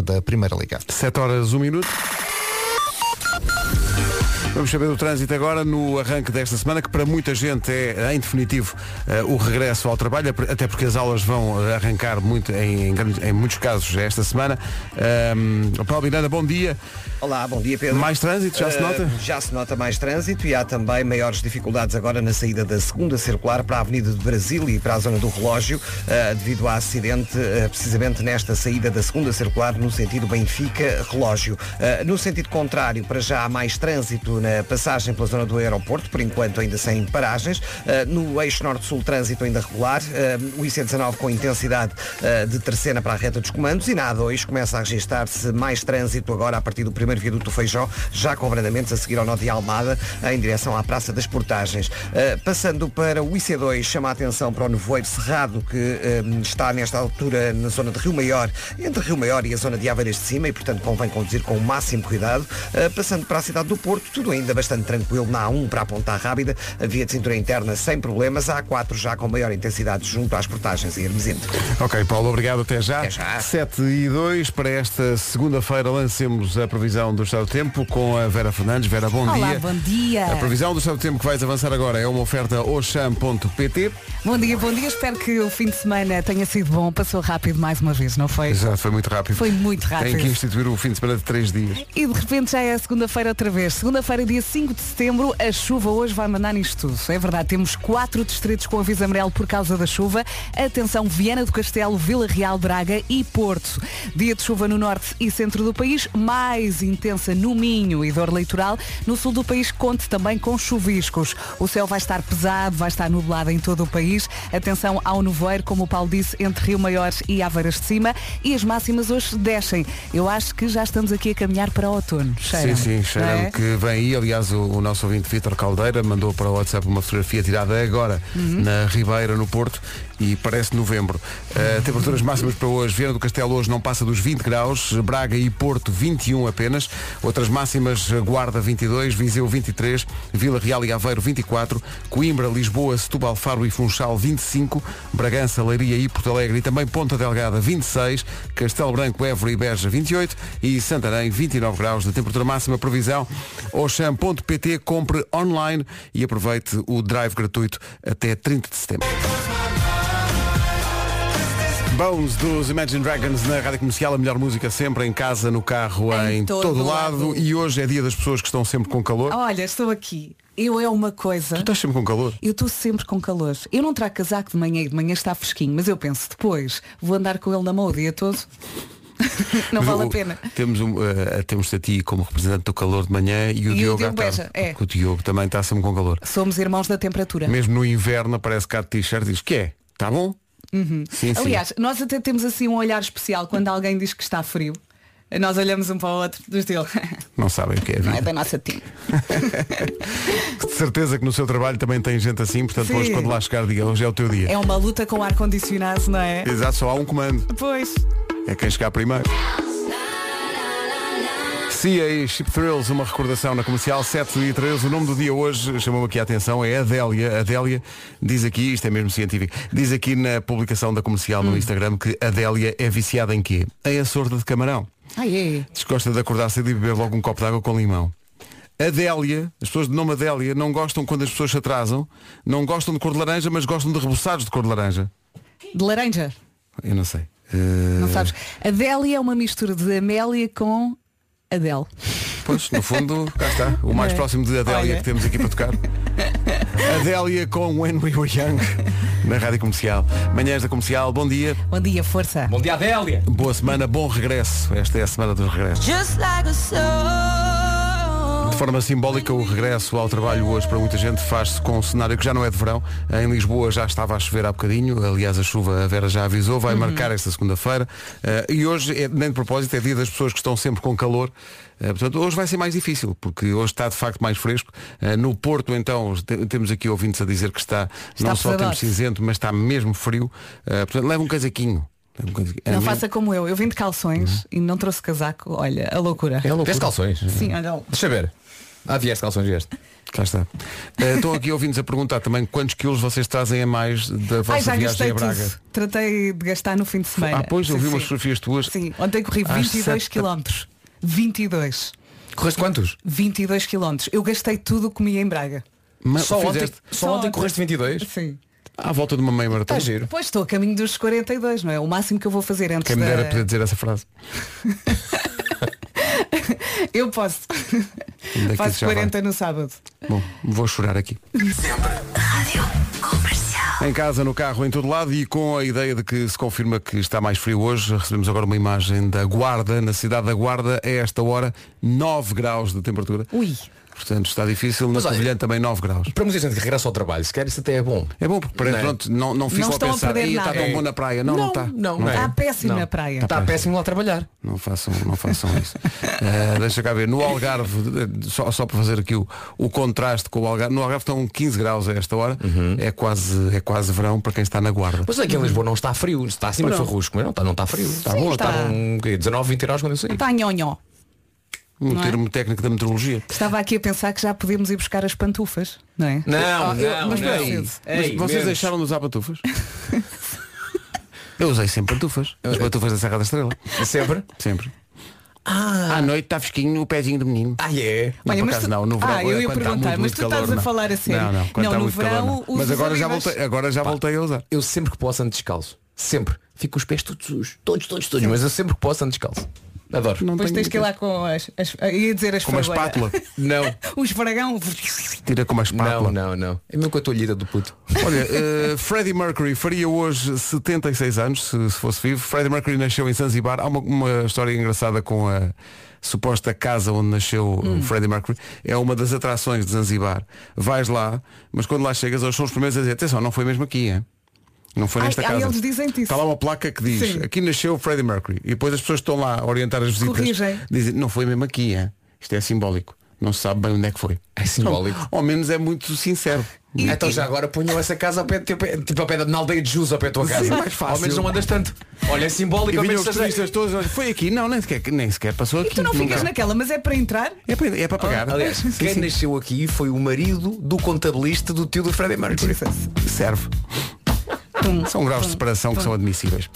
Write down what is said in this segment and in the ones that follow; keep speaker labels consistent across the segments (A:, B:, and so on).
A: da Primeira Liga.
B: 7 horas, 1 minuto. Vamos saber do trânsito agora no arranque desta semana, que para muita gente é, em definitivo, eh, o regresso ao trabalho, até porque as aulas vão eh, arrancar muito, em, em grandes- em muitos casos esta semana. Ahm, Paulo Miranda, bom dia.
C: Olá, bom dia Pedro.
B: Mais trânsito, já se
C: Eh,
B: nota?
C: Já se nota mais trânsito e há também maiores dificuldades agora na saída da segunda circular para a Avenida de Brasil e para a zona do relógio, eh, devido a acidente eh, precisamente nesta saída da segunda circular no sentido Benfica-relógio. Eh, no sentido contrário, para já há mais trânsito na passagem pela zona do aeroporto, por enquanto ainda sem paragens. Eh, no eixo norte-sul, trânsito ainda regular. Eh, o IC19 com intensidade eh, de terceira para a reta dos comandos e na A2 começa a registrar-se mais trânsito agora a partir do primeiro viaduto do Feijó, já com abrandamentos a seguir ao nó de Almada, em direção à Praça das Portagens. Eh, passando para o IC2, chama a atenção para o nevoeiro cerrado que eh, está nesta altura na zona de Rio Maior, entre Rio Maior e a zona de Aveiras de Cima e, portanto, convém conduzir com o máximo cuidado. Eh, passando para a cidade do Porto, tudo ainda bastante tranquilo na A1 para a Ponta Rábida, a via de cintura interna sem problemas, a A4 já com maior intensidade junto às portagens e Hermesinde.
B: Ok, Paulo, obrigado, até já.
C: Até já.
B: 7 e 2, para esta segunda-feira lancemos a previsão do Estado do Tempo com a Vera Fernandes. Vera, bom
D: Olá,
B: dia. É
D: bom dia.
B: A previsão do Estado do Tempo que vais avançar agora é uma oferta oxam.pt.
D: Bom dia, bom dia. Espero que o fim de semana tenha sido bom. Passou rápido mais uma vez, não foi?
B: Exato, foi muito rápido.
D: Foi muito rápido.
B: Tem que instituir o fim de semana de três dias.
D: E de repente já é segunda-feira outra vez. Segunda-feira, dia 5 de setembro, a chuva hoje vai mandar nisto tudo. É verdade, temos quatro distritos com aviso amarelo por causa da chuva. Atenção, Viana do Castelo, Vila Real, Braga e Porto. Dia de chuva no norte e centro do país, mais intensa no Minho e dor litoral. No sul do país, conte também com chuviscos. O céu vai estar pesado, vai estar nublado em todo o país. Atenção ao nevoeiro, como o Paulo disse, entre Rio Maior e Ávaras de Cima. E as máximas hoje descem. Eu acho que já estamos aqui a caminhar para o outono. Cheira,
B: Sim, sim, cheira
D: não é?
B: que vem aí. Aliás, o, o nosso ouvinte Vítor Caldeira mandou para o WhatsApp uma fotografia tirada agora
D: Uhum.
B: na Ribeira, no Porto, e parece novembro. Uh, temperaturas máximas para hoje. Viana do Castelo hoje não passa dos 20 graus, Braga e Porto 21 apenas. Outras máximas, Guarda 22, Viseu 23, Vila Real e Aveiro 24, Coimbra, Lisboa, Setúbal, Faro e Funchal 25, Bragança, Leiria e Porto Alegre e também Ponta Delgada 26, Castelo Branco, Évora e Beja 28 e Santarém 29 graus de temperatura máxima previsão. Oxam.pt compre online e aproveite o drive gratuito até 30 de setembro. Bones dos Imagine Dragons na Rádio Comercial, a melhor música sempre em casa, no carro, em,
D: Em todo
B: todo lado.
D: lado.
B: E hoje é dia das pessoas que estão sempre com calor.
D: Olha, estou aqui. Eu é uma coisa.
B: Tu estás sempre com calor?
D: Eu estou sempre com calor. Eu não trago casaco de manhã e de manhã está fresquinho, mas eu penso depois, vou andar com ele na mão o dia todo. não
B: Mas
D: vale
B: o-
D: a pena.
B: Temos, um, eh, temos a ti como representante do calor de manhã e o
D: o
B: Diogo à
D: Diogo
B: tarde.
D: Beja, é.
B: Porque O Diogo também está sempre com calor.
D: Somos irmãos da temperatura.
B: Mesmo no inverno aparece cá de t-shirt e diz que é, está bom? Sim, sim.
D: Uhum. Aliás, nós até temos assim um olhar especial quando alguém diz que está frio. Nós olhamos um para o outro do estilo.
B: Não sabem o que é a
D: Não é
B: vida.
D: da nossa team.
B: De certeza que no seu trabalho também tem gente assim, portanto
D: Sim.
B: hoje quando lá chegar diga, hoje é o teu dia.
D: É uma luta com ar-condicionado, não é?
B: Exato, só há um comando.
D: Pois.
B: É quem chegar primeiro. Cia e Chip Thrills, uma recordação na comercial 7 e 13. O nome do dia hoje chamou-me aqui a atenção, é Adélia. Adélia diz aqui, isto é mesmo científico, diz aqui na publicação da comercial no Instagram que Adélia é viciada em quê? Em açorda de camarão.
D: Ai, é.
B: Diz que gosta de acordar cedo e beber logo um copo de água com limão. Adélia, as pessoas de nome Adélia não gostam quando as pessoas se atrasam, não gostam de cor de laranja, mas gostam de reboçados de cor de laranja.
D: De laranja.
B: Eu não sei. Eh,
D: Não sabes? Adélia é uma mistura de Amélia com Adele.
B: Pois, no fundo, cá está. O mais
D: É.
B: próximo de Adélia
D: Olha.
B: que temos aqui para tocar. Adélia com When We Were Young, na Rádio Comercial. Manhãs da Comercial, bom dia,
D: Bom dia, força.
E: Bom dia, Adélia!
B: boa semana, bom regresso. Esta é a semana dos regressos.
F: Just like a soul.
B: De forma simbólica, o regresso ao trabalho hoje para muita gente faz-se com um cenário que já não é de verão. Em Lisboa já estava a chover há bocadinho, aliás a chuva a Vera já avisou, vai marcar esta segunda-feira. Eh, e hoje, é, nem de propósito, é dia das pessoas que estão sempre com calor. Eh, portanto, hoje vai ser mais difícil, porque hoje está de facto mais fresco. Eh, no Porto, então, te- temos aqui ouvintes a dizer que está, não só tempo
D: pesadote.
B: cinzento, mas está mesmo frio. Eh, portanto, leva um casaquinho. Leva um casaquinho.
D: Não
B: A mim-
D: faça como eu. Eu vim de
B: Uhum.
D: calções e não
B: É
D: trouxe casaco. Olha, a loucura.
E: Tens calções?
D: Sim, olha.
E: Deixa ver. Ah, vieste calções este.
B: Cá está. Eh, Estão aqui ouvintes a perguntar também quantos quilos vocês trazem a mais da
D: Ai,
B: vossa
D: já
B: viagem
D: gastei
B: a Braga.
D: tudo. Tratei de gastar no fim de semana.
B: Ah, pois, eu
D: Sim,
B: vi umas
D: sim.
B: fotografias tuas.
D: Sim, ontem corri
B: Às
D: 22
B: sete-
D: km. 22.
A: Correste quantos?
D: 22 km. Eu gastei tudo o que comia em Braga.
B: Mas
A: Só ontem,
B: fizeste
A: só
D: Só
A: ontem
D: ontem.
A: correste 22?
D: Sim.
B: à volta de uma meia maratona.
A: Está giro.
D: Pois estou a caminho dos 42, não é? O máximo que eu vou fazer antes
B: Quem me
D: da...
B: dera é poder dizer essa frase.
D: Eu posso.
B: Ainda que isso
D: Faço
B: já vai.
D: 40 no sábado.
B: Bom, vou chorar aqui. Em casa, no carro, em todo lado e com a ideia de que se confirma que está mais frio hoje, recebemos agora uma imagem da Guarda, na cidade da Guarda, a esta hora, 9 graus de temperatura.
D: Ui.
B: Portanto, está difícil, na
A: Mas olha-
B: Covilhã também 9 graus.
A: Para muita gente que regressa ao trabalho, se quer isso até é bom.
B: É bom, porque para
A: Não é?
B: pronto, não, não
D: Não
B: ficam a
D: estão a
B: pensar,
D: perder
B: "Ei, está
D: nada."
B: tão bom na praia. Não, não está.
A: Não,
B: Não é. Tá.
A: não.
B: está.
D: Está Tá péssimo
A: Não.
D: na praia.
A: Está péssimo lá É trabalhar.
B: Não façam, não façam isso. Eh, deixa cá ver. No Algarve, eh, só, só para fazer aqui o, o contraste com o Algarve, no Algarve estão 15 graus a esta hora.
A: Uhum.
B: É, quase, é quase verão para quem está na guarda.
A: Mas é, aqui em Lisboa não está frio, está acima de farrusco, mas não está, não está frio. Está bom,
D: está.
A: está um, quê, 19, 20 graus quando eu saí.
D: Está Tá nhonhó.
B: Um
D: Não é?
B: termo técnico da meteorologia.
D: Estava aqui a pensar que já podíamos ir buscar as pantufas, não é?
A: Não,
B: Ah, eu-
A: não,
B: mas
A: não.
B: peraí,
A: Ei,
B: mas
A: ei,
B: vocês
A: menos.
B: deixaram de usar pantufas? Eu usei sempre pantufas. As pantufas da Serra da Estrela.
A: Sempre?
B: Sempre. À noite está fresquinho o pezinho do menino.
A: Ah, é.
B: Não,
D: Olha,
B: por
D: mas
B: acaso
D: tu-
B: não, no verão, é
D: Ah, eu ia
B: quando está
D: perguntar,
B: muito,
D: mas
B: muito
D: tu
B: calor,
D: estás a
B: não.
D: falar a sério.
B: Não, não, quando
D: Não,
B: está
D: no
B: muito calor,
D: verão,
B: não.
D: usas
B: Mas agora já,
D: olivas.
B: voltei, agora já voltei a usar.
A: Eu sempre que posso ando descalço. Sempre. Fico com os pés todos sujos. Todos, todos, todos. Mas eu sempre que posso ando descalço. Adoro.
B: Não
D: Depois
B: tenho
D: tens que ir lá com as. as ia dizer as Um
B: Com uma
D: fargueira.
B: espátula.
A: Não.
D: O esfragão.
B: Tira com uma espátula.
A: Não, não, não. É mesmo com a tolhida do puto.
B: Olha, eh, Freddie Mercury faria hoje 76 anos, se, se fosse vivo. Freddie Mercury nasceu em Zanzibar. Há uma, uma história engraçada com a suposta casa onde nasceu o
D: Hum.
B: Freddie Mercury. É uma das atrações de Zanzibar. Vais lá, mas quando lá chegas, eles são os primeiros a dizer, atenção, não foi mesmo aqui, hein? Não foi
D: Ai,
B: nesta
D: ai,
B: casa.
D: eles dizem-te isso.
B: Está lá uma placa que diz,
D: Sim.
B: aqui nasceu o Freddie Mercury. E depois as pessoas que estão lá a orientar as visitas.
D: Corrigem.
B: Dizem, não foi mesmo aqui, hein? Isto é simbólico. Não se sabe bem onde é que foi.
A: É simbólico.
B: Ao ao menos é muito sincero. É
A: então já agora ponham essa casa ao pé, de teu pé- tipo ao pé da na aldeia de Jus ao pé da tua casa.
B: mais fácil.
A: Ao menos não andas tanto. Olha, é simbólico,
B: E
A: ao
B: vinham
A: menos
B: os
A: seja-
B: turistas todos, olha, foi aqui, não, nem sequer, nem sequer passou
D: E
B: aqui.
D: tu não
B: Nunca.
D: ficas naquela, mas é para entrar?
B: É para, é para pagar.
A: Aliás,
B: Sim,
A: quem
B: sim.
A: nasceu aqui foi o marido do contabilista do tio do Freddie Mercury.
B: Serve. São graus de separação que são admissíveis.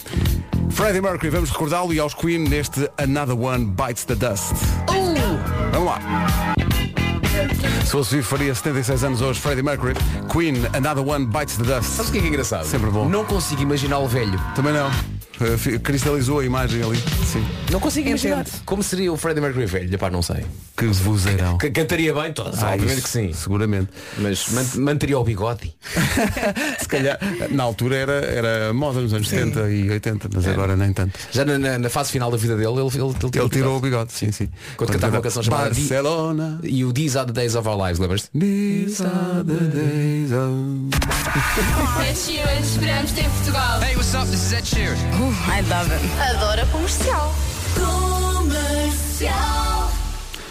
B: Freddie Mercury, vamos recordá-lo e aos Queen neste Another One Bites the Dust.
D: Uh!
B: Vamos lá. Se fosse vivo, faria 76 anos hoje, Freddie Mercury. Queen, Another One Bites the
A: Sabes
B: Dust.
A: o que é, que é engraçado?
B: Sempre bom.
A: Não consigo imaginar o velho.
B: Também não. Eh, fi- cristalizou a imagem ali. Sim.
A: Não consigo
D: imaginar.
A: Como seria o Freddie Mercury velho? Epá, não sei.
B: Que vozeirão.
A: C- Cantaria bem? Todos,
B: Ah,
A: obviamente
B: isso,
A: que sim.
B: Seguramente.
A: Mas man- manteria o bigode?
B: Se calhar, na altura era, era moda nos anos 70 e 80, mas agora nem tanto.
A: Já na, na- na fase final da vida dele, ele, ele, tinha
B: Ele
A: o
B: tirou o
A: bigode.
B: bigode, sim, sim.
A: Quando cantava uma canção chamada Di-
B: Barcelona.
A: E o These Are the Days of Our Lives, lembras-te?
B: These are the days of-
F: Ed Sheeran, esperamos ter Portugal.
E: Hey, what's up? This is Ed Sheeran.
F: Adora comercial. Comercial.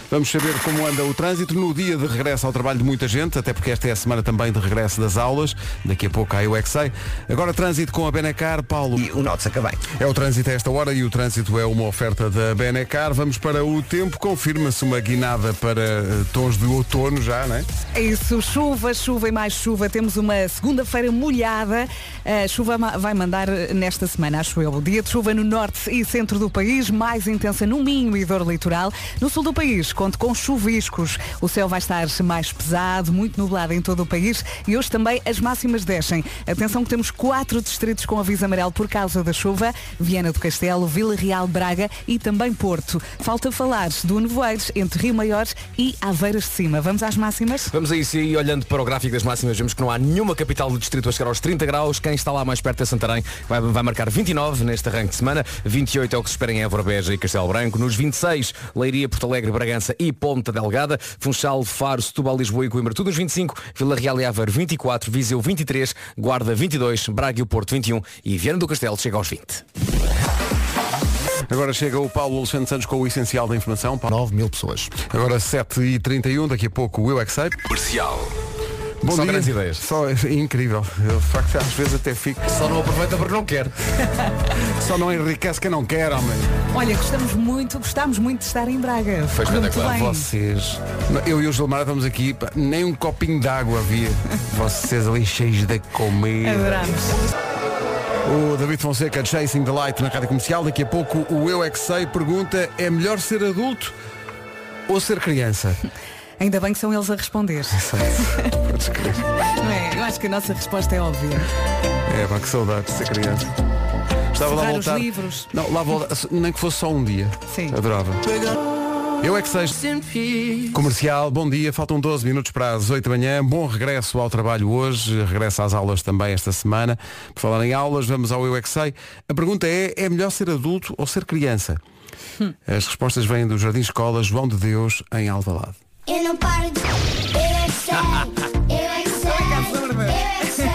B: Vamos saber como anda o trânsito no dia de regresso ao trabalho de muita gente, até porque esta é a semana também de regresso das aulas. Daqui a pouco há o XA. Agora trânsito com a Benacar, Paulo.
C: E o Notes acabei.
B: É o trânsito a esta hora e o trânsito é uma oferta da Benacar. Vamos para o tempo. Confirma-se uma guinada para eh, tons de outono já, não é?
D: É isso, chuva, chuva e mais chuva. Temos uma segunda-feira molhada. A chuva ma- vai mandar nesta semana, acho eu. Dia de chuva no norte e centro do país, mais intensa no Minho e Douro Litoral. No sul do país, conto com chuviscos. O céu vai estar mais pesado, muito nublado em todo o país e hoje também as máximas descem. Atenção que temos quatro distritos com aviso amarelo por causa da chuva. Viana do Castelo, Vila Real, Braga e também Porto. Falta falar do Nevoeiros, entre Rio Maiores e Aveiras de Cima. Vamos às máximas?
A: Vamos aí sim, e olhando para o gráfico das máximas, vemos que não há nenhuma capital do distrito a chegar aos 30 graus. Quem está lá mais perto é Santarém, vai, vai marcar 29 neste arranque de semana. 28 é o que se espera em Évora Beja e Castelo Branco. Nos 26, Leiria, Porto Alegre, Bragança e Ponta Delgada. Funchal, Faro, Setúbal, Lisboa e Coimbra. Tudo nos 25. Vila Real e Aveiro 24, Viseu 23, Guarda 22, Braga e o Porto 21 e Viana do Castelo chega aos 20.
B: Agora chega o Paulo Alexandre Santos com o essencial da informação. Paulo.
A: 9 mil pessoas.
B: um, Agora 7h31, daqui a pouco o Eu é que Sei.
A: Só
B: dia.
A: grandes ideias.
B: Só, é incrível. Eu, de facto, às vezes até fico.
A: Só não aproveita porque não quer.
B: Só não enriquece quem não quer, homem.
D: Olha, gostamos muito, gostámos muito de estar em Braga.
A: Foi
D: Correu muito
A: espetacular.
D: bem.
B: Vocês. Eu e o Gilmar estamos aqui, pá, nem um copinho de água havia. Vocês ali cheios de
D: É
B: comida.
D: Adorámos.
B: O David Fonseca, Chasing the Light na rádio comercial. Daqui a pouco o Eu É Que Sei pergunta: é melhor ser adulto ou ser criança?
D: Ainda bem que são eles a responder.
A: é
D: Não é? Eu acho que a nossa resposta é óbvia.
B: É, pá, que saudade de ser criança. Estava lá a
D: Estudar os
B: voltar.
D: livros.
B: Não, lá voltar. Nem que fosse só um dia.
D: Sim.
B: Adorava. Eu é que sei. Comercial, bom dia. Faltam 12 minutos para as 8 da manhã. Bom regresso ao trabalho hoje. Regresso às aulas também esta semana. Por falar em aulas, vamos ao Eu é que sei. A pergunta é, é melhor ser adulto ou ser criança?
D: Hum.
B: As respostas vêm do Jardim Escola João de Deus, em Alvalade.
E: Eu não paro de. Eu é que sei! Eu é que sei!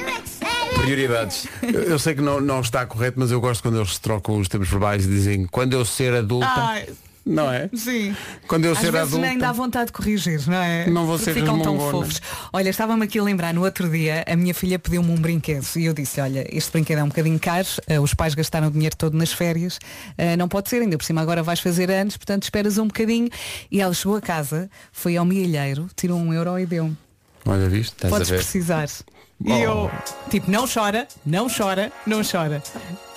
E: Eu é que sei!
A: Prioridades.
B: Eu, eu sei que não, não está correto, mas eu gosto quando eles trocam os termos verbais e dizem quando eu ser adulta.
D: Ai.
B: Não é?
D: Sim.
B: Quando eu
D: Às
B: ser
D: vezes
B: adulta.
D: nem dá vontade de corrigir, não é?
B: Não vou
D: Porque
B: ser
D: Ficam tão
B: resmungona.
D: fofos. Olha, estava-me aqui a lembrar, no outro dia, a minha filha pediu-me um brinquedo e eu disse, olha, este brinquedo é um bocadinho caro, eh, os pais gastaram o dinheiro todo nas férias, eh, não pode ser, ainda por cima agora vais fazer anos, portanto esperas um bocadinho. E ela chegou a casa, foi ao milheiro, tirou um euro e deu-me.
B: Olha, viste? Estás
D: Podes precisar. E eu, tipo, não chora, não chora, não chora.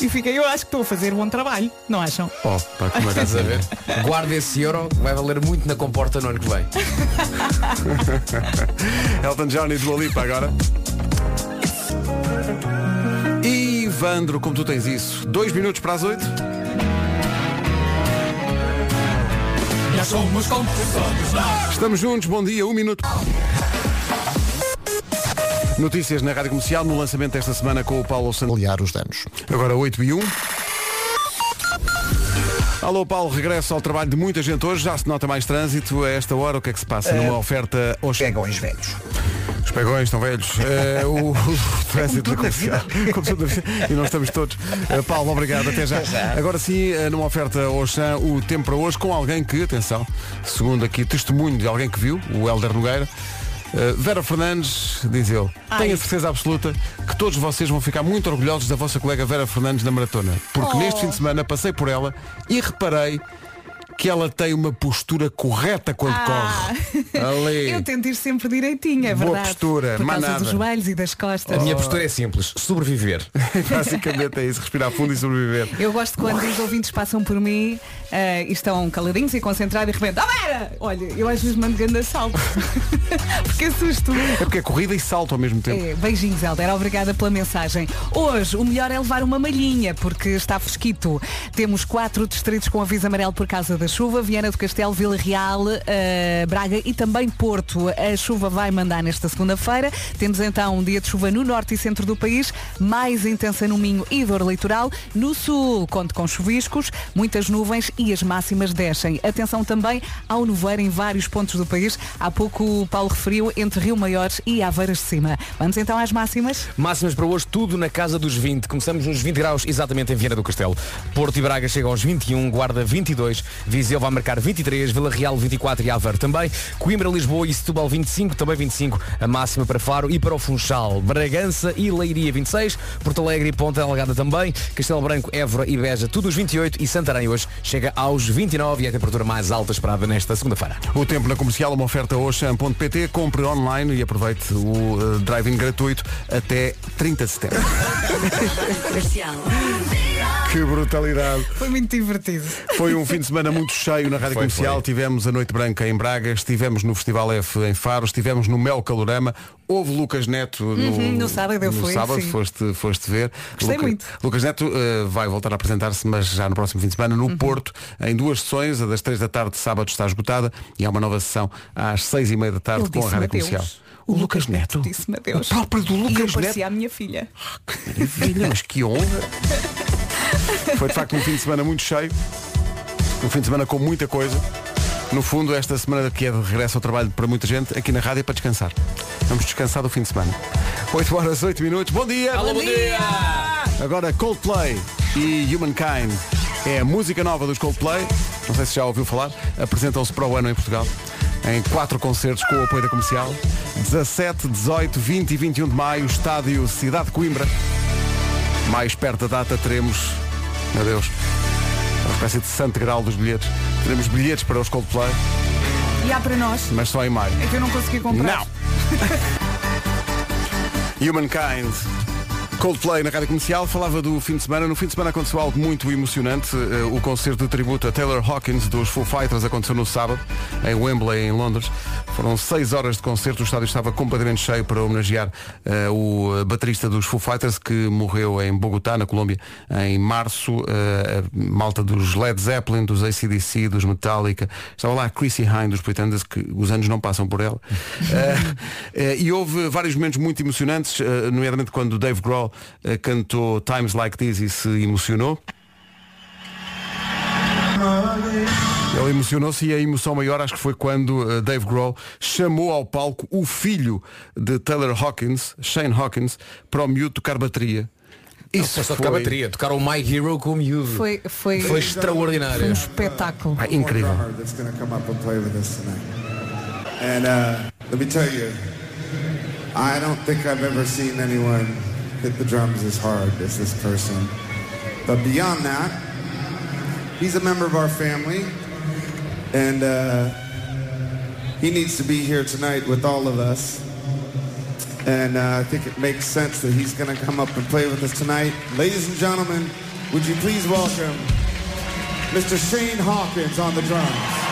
D: E fiquei, eu acho que estou a fazer bom trabalho, não acham?
B: Opa, que maravilha.
A: Guarda esse euro, vai valer muito na comporta no ano que vem.
B: Elton John e Dua Lipa agora. Ivandro, como tu tens isso? Dois minutos para as oito? Estamos juntos, bom dia, um minuto. Notícias na Rádio Comercial, no lançamento desta semana com o Paulo Santos.
G: Aliar os danos.
B: Agora 8 e 1. Alô Paulo, regresso ao trabalho de muita gente hoje, já se nota mais trânsito a esta hora, o que é que se passa numa oferta hoje?
C: Pegões velhos.
B: Os pegões estão velhos. Eh, o, o trânsito
C: tudo na
B: comercial. Como tudo na vida. E nós estamos todos. Eh, Paulo, obrigado. Até já. Agora sim, eh, numa oferta Oxã, o tempo para hoje, com alguém que, atenção, segundo aqui testemunho de alguém que viu, o Helder Nogueira, eh, Vera Fernandes, diz ele, tenho a certeza absoluta que todos vocês vão ficar muito orgulhosos da vossa colega Vera Fernandes na maratona. Porque neste fim de semana passei por ela e reparei que ela tem uma postura correta quando
D: Ah.
B: corre. Ali.
D: Eu tento ir sempre direitinho, é
B: Boa
D: verdade.
B: postura,
D: Por
B: mais
D: causa
B: nada. Oh.
D: dos joelhos e das costas.
A: A minha postura é simples, sobreviver.
B: Basicamente é isso, respirar fundo e sobreviver.
D: Eu gosto quando os ouvintes passam por mim eh, e estão caladinhos e concentrados e de repente, ah, vera! Olha, eu às vezes mando grande assalto. Porque assusto.
B: É porque é corrida e salto ao mesmo tempo.
D: É, beijinhos, Helder. Obrigada pela mensagem. Hoje, o melhor é levar uma malhinha, porque está fresquito. Temos quatro distritos com aviso amarelo por causa da chuva. Viana do Castelo, Vila Real, eh, Braga e também Porto. A chuva vai mandar nesta segunda-feira. Temos então um dia de chuva no norte e centro do país, mais intensa no Minho e dor litoral. No sul, conto com chuviscos, muitas nuvens e as máximas descem. Atenção também ao nevoeiro em vários pontos do país. Há pouco o Paulo referiu entre Rio Maiores e Aveiras de Cima. Vamos então às máximas.
A: Máximas para hoje, tudo na casa dos 20. Começamos nos 20 graus, exatamente em Viana do Castelo. Porto e Braga chegam aos 21, Guarda 22, Viseu vai marcar 23, Vila Real 24 e Aveiro também. Coimbra, Lisboa e Setúbal 25, também 25 a máxima para Faro e para o Funchal. Bragança e Leiria 26, Porto Alegre e Ponta Delgada também, Castelo Branco, Évora e Beja tudo os 28 e Santarém hoje chega aos 29 e é a temperatura mais alta esperada nesta segunda-feira.
B: O tempo na comercial, uma oferta Oxam.pt, compre online e aproveite o eh, drive-in gratuito até 30 de setembro. que brutalidade!
D: Foi muito divertido.
B: Foi um fim de semana muito cheio na Rádio Comercial. Tivemos a Noite Branca em Braga, estivemos no Festival F em Faro, estivemos no Mel Calorama, houve Lucas Neto no,
D: Uhum, no sábado eu
B: no
D: fui,
B: sábado,
D: sim.
B: foste, foste ver.
D: Gostei muito.
B: Lucas Neto eh, vai voltar a apresentar-se, mas já no próximo fim de semana, no
D: Uhum.
B: Porto, em duas sessões, a das três da tarde, sábado está esgotada, e há uma nova sessão às seis e meia da tarde
D: Ele
B: com a
D: disse-me
B: Rádio
D: adeus.
B: Comercial. O Lucas Neto.
D: Disse-me
B: O
D: adeus.
B: próprio do
D: E eu
B: Lucas Neto.
D: parecia a minha filha.
B: Maravilha, mas que honra! Foi de facto um fim de semana muito cheio, um fim de semana com muita coisa. No fundo, esta semana que é de regresso ao trabalho para muita gente, aqui na rádio é para descansar. Vamos descansar do fim de semana. 8 horas, 8 minutos, bom dia! Agora Coldplay e Humankind. É a música nova dos Coldplay, não sei se já ouviu falar, apresentam-se para o ano em Portugal. em quatro concertos com o apoio da comercial. 17, 18, 20 e 21 de maio, estádio Cidade de Coimbra. Mais perto da data teremos, meu Deus, uma espécie de santo grau dos bilhetes. Teremos bilhetes para os Coldplay,
G: E há para nós.
B: mas só em maio.
G: É que eu não consegui comprar.
B: Não! Humankind. Coldplay na rádio comercial falava do fim de semana. No fim de semana aconteceu algo muito emocionante. Eh, o concerto de tributo a Taylor Hawkins dos Foo Fighters aconteceu no sábado, em Wembley, em Londres. Foram seis horas de concerto. O estádio estava completamente cheio para homenagear eh, o eh, baterista dos Foo Fighters que morreu em Bogotá, na Colômbia, em março. Eh, a malta dos Led Zeppelin, dos ACDC, dos Metallica. Estava lá a Chrissy Hine dos Pretenders, que os anos não passam por ela. Eh, eh, e houve vários momentos muito emocionantes, eh, nomeadamente quando Dave Grohl eh, cantou Times Like This e se emocionou. Ele emocionou-se e a emoção maior acho que foi quando eh, Dave Grohl chamou ao palco o filho de Taylor Hawkins, Shane Hawkins, para o miúdo tocar bateria.
A: Isso só tocar bateria, tocar o My Hero com o miúdo.
D: Foi, foi,
A: Foi
D: foi um
A: extraordinário.
D: espetáculo.
B: Ah, incrível.
H: drummer that's going to come up and play with us tonight. And uh, let me tell you, I don't think I've ever seen anyone hit the drums as hard as this person. But beyond that, he's a member of our family, and uh, he needs to be here tonight with all of us. And uh, I think it makes sense that he's going to come up and play with us tonight. Ladies and gentlemen, would you please welcome Mr. Shane Hawkins on the drums.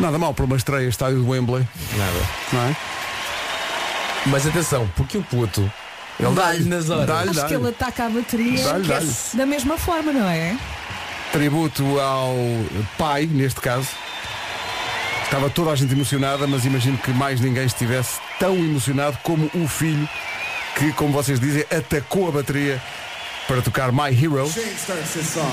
B: Nada mal para uma estreia estádio de Wembley,
A: Nada.
B: não é?
A: Mas atenção, porque o puto, ele dá-lhe nas horas.
B: Dá-lhe,
D: Acho
B: dá-lhe.
D: que ele ataca a bateria é
B: Dá-lhe, dá-lhe.
D: da mesma forma, não é?
B: Tributo ao pai, neste caso. Estava toda a gente emocionada, mas imagino que mais ninguém estivesse tão emocionado como o filho que, como vocês dizem, atacou a bateria para tocar My Hero.
H: Shane starts this song.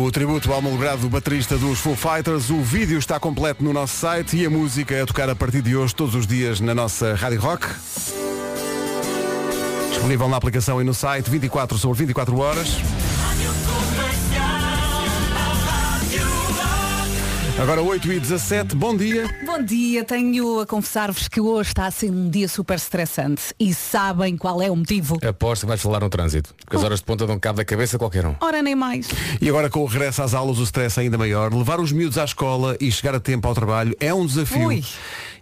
B: O tributo ao malogrado baterista dos Foo Fighters. O vídeo está completo no nosso site e a música é a tocar a partir de hoje, todos os dias, na nossa Rádio Rock. Disponível na aplicação e no site 24 sobre 24 horas. Agora 8 e 17 bom dia.
D: Bom dia, tenho a confessar-vos que hoje está a ser um dia super estressante e sabem qual é o motivo?
A: Aposto que vais falar no trânsito. Porque as horas de ponta dão cabo da cabeça a qualquer um.
D: Ora nem mais.
B: E agora com o regresso às aulas o stress é ainda maior. Levar os miúdos à escola e chegar a tempo ao trabalho é um desafio.
D: Ui.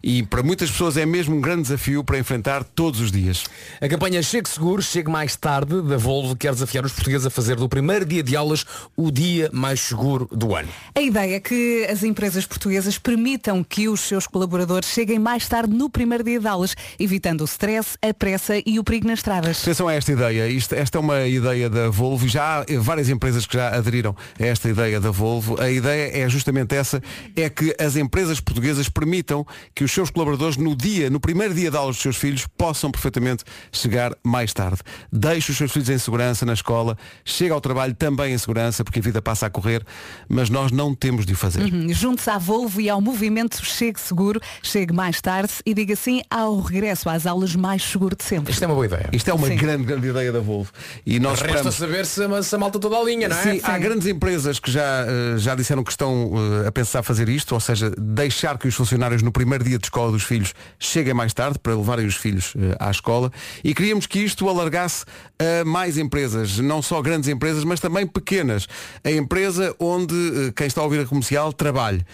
B: E para muitas pessoas é mesmo um grande desafio para enfrentar todos os dias.
A: A campanha Chegue Seguro, Chegue Mais Tarde, da Volvo, quer desafiar os portugueses a fazer do primeiro dia de aulas o dia mais seguro do ano.
D: A ideia é que as empresas portuguesas permitam que os seus colaboradores cheguem mais tarde no primeiro dia de aulas, evitando o stress, a pressa e o perigo nas estradas.
B: Atenção a esta ideia. Isto- esta é uma ideia da Volvo. e Já há eh, várias empresas que já aderiram a esta ideia da Volvo. A ideia é justamente essa, é que as empresas portuguesas permitam que os seus colaboradores no dia, no primeiro dia de aulas dos seus filhos, possam perfeitamente chegar mais tarde. Deixe os seus filhos em segurança na escola, chega ao trabalho também em segurança, porque a vida passa a correr, mas nós não temos de o fazer.
D: Uhum. Hum, Junte-se à Volvo e ao movimento Chegue Seguro, chegue mais tarde e diga sim ao regresso às aulas mais seguro de sempre.
A: Isto é uma boa ideia.
B: Isto é uma
D: Sim.
B: grande, grande ideia da Volvo. E nós
A: Resta
B: esperamos...
A: saber se a, se a malta toda a linha, não é?
B: Sim, há grandes empresas que já, eh, já disseram que estão eh, a pensar fazer isto, ou seja, deixar que os funcionários no primeiro dia de escola dos filhos cheguem mais tarde para levarem os filhos eh, à escola e queríamos que isto alargasse a mais empresas, não só grandes empresas, mas também pequenas. A empresa onde eh, quem está a ouvir a comercial trabalhe.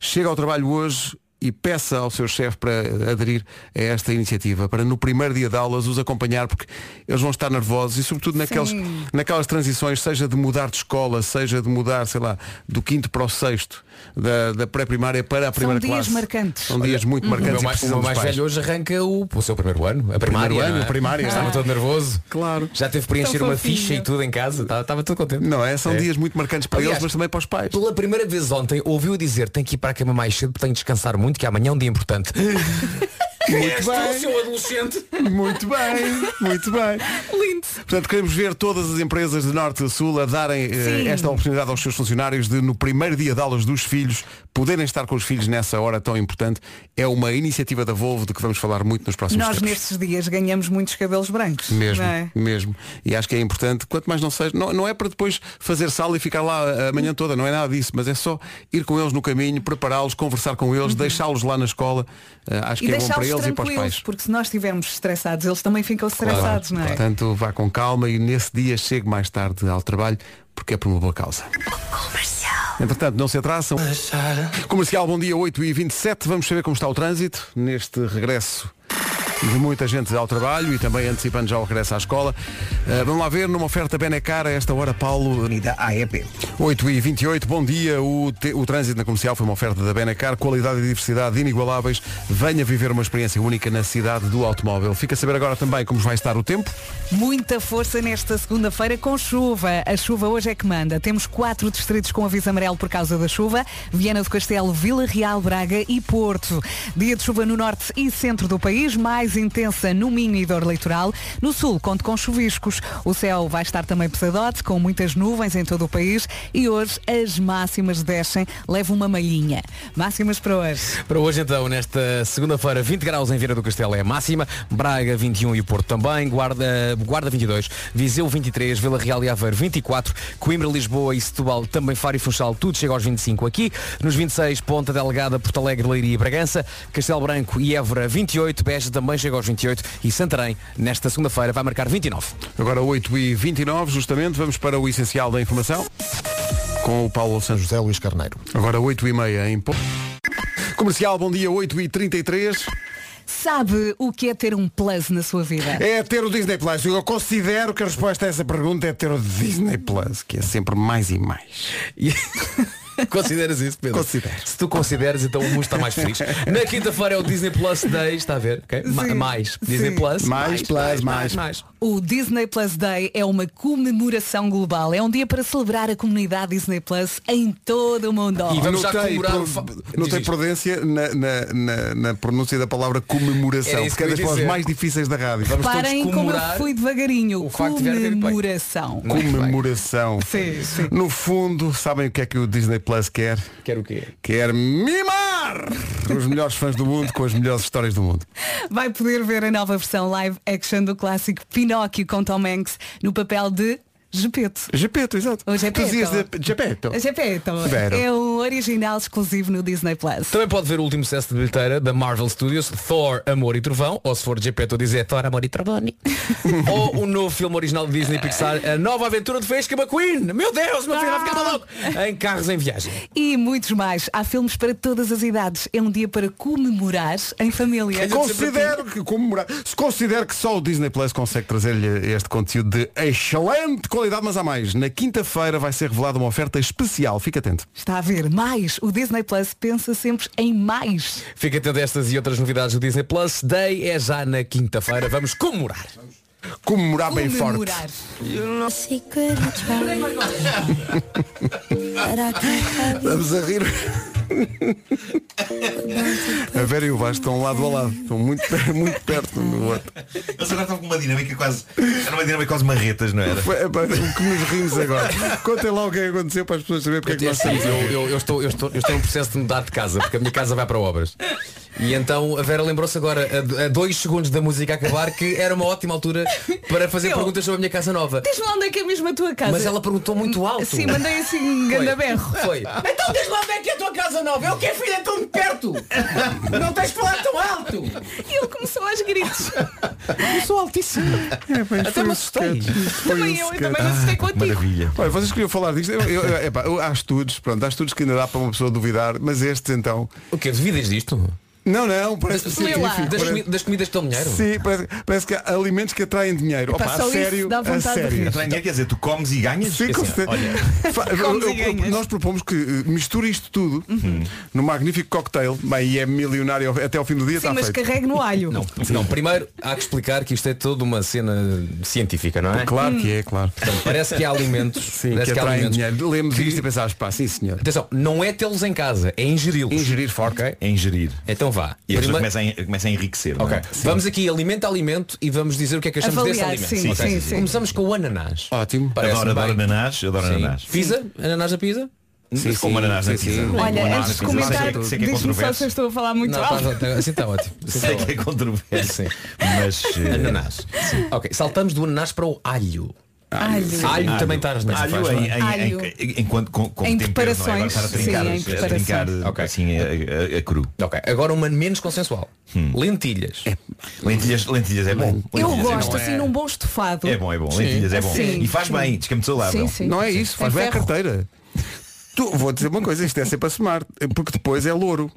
B: Chega ao trabalho hoje e peça ao seu chefe para eh, aderir a esta iniciativa, para no primeiro dia de aulas os acompanhar, porque eles vão estar nervosos e sobretudo naqueles,
G: Sim.
B: naquelas transições, seja de mudar de escola, seja de mudar, sei lá, do quinto para o sexto, da, da pré-primária para a primeira
D: dias
B: classe.
D: marcantes.
B: São dias muito
A: O
B: marcantes.
A: meu
B: e
A: mais, o
B: precisam
A: meu
B: dos
A: mais
B: pais.
A: velho hoje arranca o, o seu primeiro ano, a primária.
B: ano,
A: não é?
B: a primária.
A: Estava
B: Ah.
A: todo nervoso.
D: uhum.
B: Claro.
A: Já teve que preencher uma
G: fofinho.
A: ficha e tudo em casa. Estava, estava todo contente.
B: Não é? São dias muito marcantes para
A: Aliás,
B: eles, mas também para os pais.
A: Pela primeira vez ontem ouviu dizer tem que ir para a cama mais cedo, porque tenho que descansar muito, que amanhã é um dia importante.
B: Muito bem,
A: seu adolescente.
B: muito bem, muito bem.
G: Lindo.
B: Portanto, queremos ver todas as empresas de norte a sul a darem eh,
G: Sim.
B: esta oportunidade aos seus funcionários de, no primeiro dia de aulas dos filhos, poderem estar com os filhos nessa hora tão importante. É uma iniciativa da Volvo de que vamos falar muito nos próximos
D: Nós
B: tempos.
D: nestes dias ganhamos muitos cabelos brancos.
B: Mesmo,
D: não é?
B: mesmo. E acho que é importante, quanto mais não seja, não, não é para depois fazer sala e ficar lá a manhã toda, não é nada disso, mas é só ir com eles no caminho, prepará-los, conversar com eles, deixá-los lá na escola. Eh, acho
D: Uhum. E
B: que é bom para eles
D: deixá-los
B: e para os
D: tranquilos,
B: pais.
D: porque se nós estivermos estressados, eles também ficam
B: Claro.
D: estressados, não é?
B: Portanto, vá com calma e nesse dia chegue mais tarde ao trabalho, porque é por uma boa causa. Entretanto, não se atrasam. Comercial, bom dia, 8 e 27 Vamos saber como está o trânsito neste regresso de muita gente ao trabalho e também antecipando já o regresso à escola. Uh, vamos lá ver, numa oferta Benecar, a esta hora, Paulo,
C: Unida AEP.
B: 8 e 28 bom dia. O, te- o trânsito na comercial foi uma oferta da Benacar, qualidade e diversidade inigualáveis. Venha viver uma experiência única na cidade do automóvel. Fica a saber agora também como vai estar o tempo.
D: Muita força nesta segunda-feira com chuva. A chuva hoje é que manda. Temos quatro distritos com aviso amarelo por causa da chuva. Viana do Castelo, Vila Real, Braga e Porto. Dia de chuva no norte e centro do país, mais intensa no Minho e Dor Litoral. No sul, conto com chuviscos. O céu vai estar também pesadote, com muitas nuvens em todo o país. E hoje as máximas descem. Leva uma malhinha. Máximas para hoje.
A: Para hoje então, nesta segunda-feira, 20 graus em Vieira do Castelo é a máxima, Braga 21 e Porto também, Guarda, Guarda 22, Viseu 23, Vila Real e Aveiro 24, Coimbra, Lisboa e Setúbal, também Faro e Funchal, tudo chega aos 25 aqui, nos 26, Ponta Delgada, Porto Alegre, Leiria e Bragança, Castelo Branco e Évora 28, Beja também chega aos 28 e Santarém, nesta segunda-feira, vai marcar 29.
B: Agora 8 e 29 justamente, vamos para o essencial da informação com o Paulo Santos.
I: José Luís Carneiro.
B: Agora 8 e meia em ponto. Comercial, bom dia, 8 e 33
D: Sabe o que é ter um plus na sua vida?
B: É ter o Disney Plus. Eu considero que a resposta a essa pergunta é ter o Disney Plus, que é sempre mais e mais.
A: E- Consideras isso, Pedro?
B: Considero.
A: Se tu consideras, então o mundo está mais feliz. Na quinta-feira é o Disney Plus Day, está a ver? ok? Ma- mais. Disney
D: Sim.
A: Plus.
B: Mais, plus, mais.
D: O Disney Plus Day é uma comemoração global. É um dia para celebrar a comunidade Disney Plus em todo o mundo.
A: E vamos já
B: Notei,
A: comemorar o
B: pro,
A: fa- Diz
B: notei
A: isto.
B: prudência na, na- na- na pronúncia da palavra comemoração,
A: Era isso
B: porque é
A: que eu
B: das
A: ia
B: palavras
A: dizer.
B: mais difíceis da rádio.
A: Vamos todos
D: Parem como eu
A: comemorar
D: fui devagarinho.
A: o facto de ter havido peito.
D: Comemoração.
A: Muito bem.
B: Comemoração.
D: Sim, sim.
B: No fundo, sabem o que é que o Disney Plus quer?
A: Quero o quê?
B: Quer mimar os melhores fãs do mundo com as melhores histórias do mundo.
D: Vai poder ver a nova versão live action do clássico Pinóquio com Tom Hanks no papel de Gepeto.
B: Gepeto, exato.
D: Ou Gepeto.
B: Tu dizias de- Gepeto.
D: Gepeto
B: Vero.
D: é um original exclusivo no Disney Plus.
A: Também pode ver o último sucesso de bilheteira da Marvel Studios, Thor, Amor e Trovão, ou se for Geppetto dizer Thor, Amor e Trovoni. ou o novo filme original de Disney e Pixar, A Nova Aventura de Vesca McQueen. Meu Deus, meu filho vai
B: Ah!
A: ficar maluco. Em carros em viagem.
D: E muitos mais. Há filmes para todas as idades. É um dia para comemorar em família.
B: Considero que comemorar. Se considero que só o Disney Plus consegue trazer-lhe este conteúdo de excelente qualidade, mas há mais. Na quinta-feira vai ser revelada uma oferta especial. Fica atento.
D: Está a ver mais. O Disney Plus pensa sempre em mais.
A: Fica atento a estas e outras novidades do Disney Plus. Day é já na quinta-feira. Vamos comemorar.
B: Comemorar bem forte.
D: Comemorar.
B: Estamos a rir. A Vera e o Vasco estão lado a lado. Estão muito, per- muito perto um do outro.
J: Eles agora estão com uma dinâmica quase. Era uma dinâmica quase marretas, não era?
B: Foi- é pá, O que nos rimos agora. Contem lá o que é que aconteceu para as pessoas saberem porque é que nós estamos.
A: Eu, eu- eu estou, eu, estou, eu estou no processo de mudar de casa, porque a minha casa vai para obras. E então a Vera lembrou-se agora, a, a dois segundos da música acabar, que era uma ótima altura para fazer
D: Eu-
A: perguntas sobre a minha casa nova.
D: Diz-me lá onde é que é mesmo a tua casa.
A: Mas ela perguntou muito alto.
D: Sim, mandei assim um
A: Foi.
D: ganda berro.
A: Foi.
I: Então diz lá onde é que é a tua casa nova. Eu que é filha tão de perto. Não tens de falar tão alto.
D: E ele começou aos gritos.
B: Sou um altíssimo.
A: Até me assustei.
B: um
A: um
D: também eu, eu também me assustei
H: Ah,
D: contigo.
J: Maravilha.
B: Olha, vocês queriam falar disto? Eu, eu- eu- epá, eu- há estudos, pronto, há estudos que ainda dá para uma pessoa duvidar, mas estes então.
A: O que Duvidas disto?
B: Não, não, parece
A: Das,
D: Lê lá.
B: científico.
A: das comi-
B: parece-
A: das comidas que dão dinheiro?
B: Sim, parece, parece que há alimentos que atraem dinheiro.
D: Epá,
B: Opa, a
D: só isso
B: sério,
D: dá
B: a
D: vontade de
B: sério.
D: rir.
J: Estranho, Então, é quer dizer, tu comes e ganhas?
B: Sim,
J: É
B: com
J: assim,
B: certeza.
J: olha,
B: Fa- eu- eu- nós propomos que eh, misture isto tudo
D: Uhum.
B: num magnífico cocktail, bem, e é milionário até ao fim do dia,
D: Sim,
B: está
D: mas
B: feito.
D: carregue no alho.
A: Não, não, primeiro há que explicar que isto é toda uma cena científica, não é?
B: Claro
D: Hum.
B: que é, claro.
A: Parece que há alimentos.
B: Sim,
A: parece
B: que
A: que há
B: atraem
A: alimentos.
B: dinheiro. Lemos isto e pensamos, pá, sim senhor.
A: Atenção, não é tê-los em casa, é ingeri-los.
B: Ingerir forte.
A: Ok?
J: É ingerir.
A: Então vá.
J: E a pessoa
A: Prima-
J: começa a, en- começa a enriquecer. não
A: Ok.
J: é?
A: Vamos aqui alimento a alimento e vamos dizer o que é que achamos
D: Avaliar,
A: desse
D: sim,
A: alimento. ok?
D: sim, sim.
A: Começamos com o ananás.
B: Ótimo.
A: Parece
J: Adoro, adoro
A: bem.
J: ananás, adoro
A: Sim.
J: ananás.
A: Pizza? Ananás na pizza?
J: Sim, como ananás na
B: sim,
J: pizza.
B: sim.
J: Como
D: Olha,
J: ananás
D: antes de
J: na pizza.
D: comentar,
J: Sei que- sei que é
D: diz-me só se eu
J: controverso.
D: estou a falar muito
A: Não,
D: alto.
A: tá- tá- assim está ótimo. Assim tá
J: Sei que é
A: ótimo.
J: controverso.
A: Sim.
J: Mas. eh,
A: Ananás. Ok, saltamos do ananás para o alho.
D: Alho.
A: Alho, também estás nessa
J: Alho
A: fase,
J: em,
A: não
J: em,
A: é?
D: Alho.
J: em- em- enquanto com, com
D: Em
J: tempero, não é? Agora
D: preparações.
J: estar a trincar,
D: Sim, em
J: a trincar
D: preparações.
A: Ok.
J: assim a, a- a cru.
A: Ok, agora uma menos consensual.
J: Hum.
A: Lentilhas.
J: É Lentilhas, lentilhas é bom.
D: Eu
J: Lentilhas é
D: gosto
J: bom.
D: assim num bom estofado.
J: É bom, é bom. Lentilhas é bom.
D: Sim.
J: E faz bem, diz que é muito saudável.
D: Sim, sim.
B: Não é isso, faz
D: É
B: bem a
D: ferro.
B: carteira. Tu, vou dizer uma coisa, isto é sempre a somar, porque depois é louro.